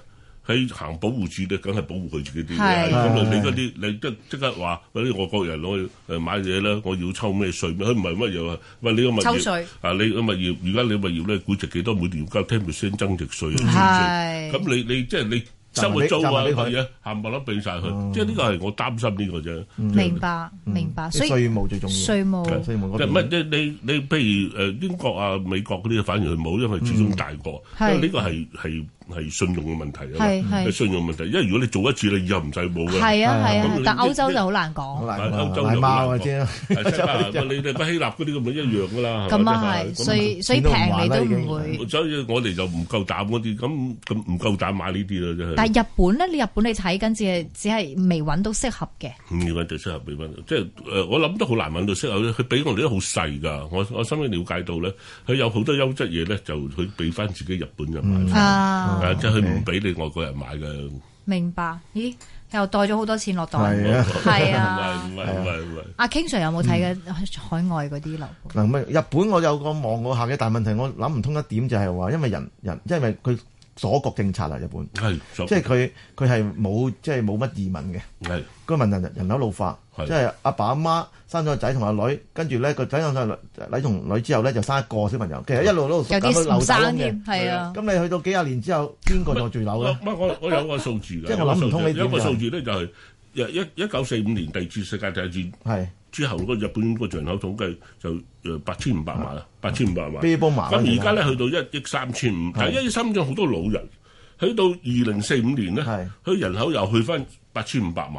D: 佢行保護主咧，梗係保護佢自己啲
B: 係
D: 嘢。咁啊，你嗰啲你即即刻話嗰啲外國人攞去誒買嘢咧，我要抽咩税咩？佢唔係乜嘢啊？喂，你個物
B: 抽稅
D: 業啊，你個物業而家你物業咧估值幾多？每年要交 ten percent 增值稅啊，
B: 係
D: 知唔知咁你你即係你收個
C: 賺埋俾
D: 租啊
C: 賺埋俾佢
D: 嗰啲嘢冚唪唥俾晒佢，即係呢個係我擔心呢個啫。
B: 明白
C: 嗯
B: 明白，所
C: 啲
B: 以
C: 稅務最重要。
B: 稅務
C: 稅務
D: 唔
C: 嗰邊
D: 係你你你，譬如誒英國啊、美國嗰啲，反而佢冇，因為始終大國，因
B: 係
D: 為呢個係係係信用嘅問題
B: 係
D: 啊嘛，
B: 係
D: 係信用問題。因為如果你做一次，你以後唔使冇嘅。
B: 係啊係
D: 咁
B: 啊
D: 你，
B: 但歐洲
D: 一
B: 就好難
C: 好
B: 講。
C: 難
D: 買歐洲
C: 買
D: 就
C: 貓
D: 好
C: 啊，
D: 難
C: 知啦。
D: 係西班牙咁你你北希臘嗰啲咁咪一樣㗎啦。
B: 咁啊係，
D: 咪真係
B: 所以所以
C: 錢都
B: 平
C: 唔
B: 你
C: 還啦
B: 都
C: 已經
B: 唔會。
D: 所以我哋就唔夠膽嗰啲，咁咁唔夠膽買呢啲啦，真係。
B: 但係日本咧，你日本你睇緊只係只係未揾到適合嘅。
D: 唔要揾到適合俾揾，即係誒、呃我諗都好難揾到適合咧。佢俾我哋都好細㗎。我我深入了解到咧，佢有好多優質嘢咧，就佢俾翻自己日本人
C: 嗯
D: 買返。
B: 啊，
D: 啊！即係佢唔俾你外國人買嘅，
B: 明白？咦，又袋咗好多錢落袋。
C: 係啊。
B: 係
D: 唔係
B: 啊
D: 唔。係唔係唔係，
B: 阿 King Sir 有冇睇
C: 嗯
B: 嘅海外嗰啲樓盤？
C: 嗱，咁啊日本我有個望過下嘅，但係問題我諗唔通一點就係話，因為人人因為佢鎖國政策啊，日本，
D: 係所
C: 即係佢佢係冇即係冇乜移民嘅，
D: 係
C: 個民人人口老化，
D: 係
C: 即係阿爸阿媽生咗個仔同阿女，跟住咧個仔生咗個女同女之後咧就生一個小朋友，其實一路一路
B: 有
C: 減到
B: 啲唔
C: 漏
B: 生
C: 斗
B: 添，
C: 嘅。
B: 係啊。
C: 咁你去到幾廿年之後，邊個再住樓
D: 我
C: 咧？
D: 我我我有個數字㗎，
C: 即係我諗唔通呢點
D: 有個
C: 就係
D: 數字咧就係一一九四五年第二次世界大戰
C: 係
D: 之後，個日本個人口統計就誒呃八千五百萬啦，八千五百萬。
C: b a b
D: 咁而家咧去到一億三千五，但係一億三千好多老人，去到二零四五年咧
C: 係，
D: 佢人口又去翻八千五百萬。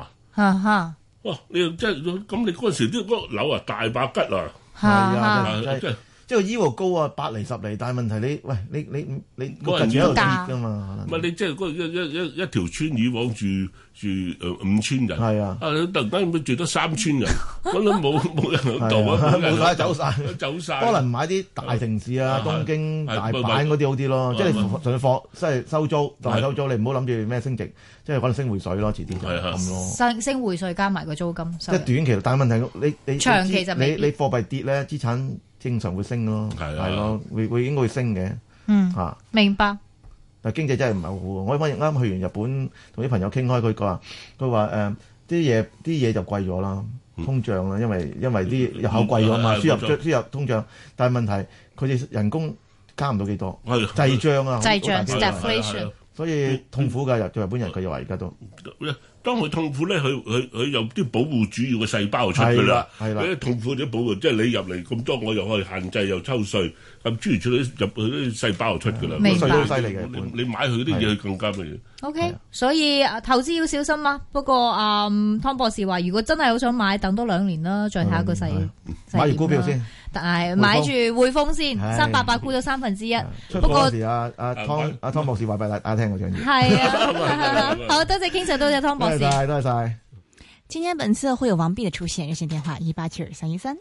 B: 哈
C: 啊
B: 哈，
D: 哇！你又即係咁，你嗰陣時啲嗰個樓啊大把吉啊，
B: 哈
C: 係
B: 哈
C: 啊
D: 啊
C: 真係
D: 即係
C: 即係個 yield 高啊，八厘十厘，但係問題你喂你你你你
D: 個
C: 個
D: 人
C: 近住喺度跌
B: 要
C: 㗎嘛？可能
D: 唔係你即係嗰一一一一條村以往住住呃誒五千人，
C: 係啊
D: 啊你突然間咁住得三千 人，咁都冇冇人喺度
C: 係
D: 啊，
C: 啊
D: 冇人
C: 冇晒
D: 喺度
C: 走晒
D: 走晒，
C: 可能買啲大城市啊，
D: 係
C: 東京、
D: 係
C: 大
D: 係
C: 阪嗰啲好啲咯，
D: 係
C: 即係你
D: 係
C: 純粹放，即係收租，就係
D: 係
C: 收租，你唔好諗住咩升值，即係可能升回水咯，遲啲就
D: 係啊係
C: 咁咯。
B: 升升匯税加埋個租金收
C: 即係
B: 入，
C: 短期，但係問題你你
B: 長期就
C: 你
B: 未
C: 你
B: 必
C: 你貨幣跌咧，資產正常會升咯，
D: 係啊
C: 係咯，會會應該會升嘅
B: 嗯，
C: 嚇。
B: 明白。
C: 但經濟真係唔係好好喎。我反而啱去完日本，同啲朋友傾開，佢話佢話誒啲嘢啲嘢就貴咗啦，通脹啦，因為因為啲入口貴咗嘛，輸
D: 嗯冇
C: 入
D: 錯
C: 輸入通脹，但係問題佢哋人工加唔到幾多，
D: 係
C: 滯脹啊，
B: 滯脹
C: 好大機
B: step-
C: 會
D: 係啊係啊係啊
C: 所以痛苦㗎，日做日本人佢又話而家都
D: 因當佢痛苦咧，佢佢佢有啲保護主義嘅細胞就出佢啦，
C: 係啦係啦
D: 佢一痛苦就保護，即係你入嚟咁多，我又可以限制又抽税，咁諸如此類入去啲細胞就出㗎啦。
B: 明白
D: 所以
C: 好犀利嘅
D: 你你你買佢啲嘢，佢更加咩？
B: OK，所以啊投資要小心啦。不過啊，嗯湯博士話，如果真係好想買，等多兩年啦，再睇下個勢
C: 嗯。
B: 勢
C: 買完股票
B: 點啦
C: 先，。
B: 但係買住匯豐先，
C: 唉
B: 三八八沽咗三分之一。
C: 出
B: 不
C: 嗰
B: 過
C: 陣時，阿阿湯
D: 啊
C: 阿湯博士話俾大家聽嗰樣嘢。
B: 係 啊
D: 啊，
B: 好多謝 King Sir，多謝湯
C: 多
B: 博
C: 謝
B: 士。
C: 晒，多謝晒。
E: 今天本次会有王碧的出现，热线电话一八七二三一三。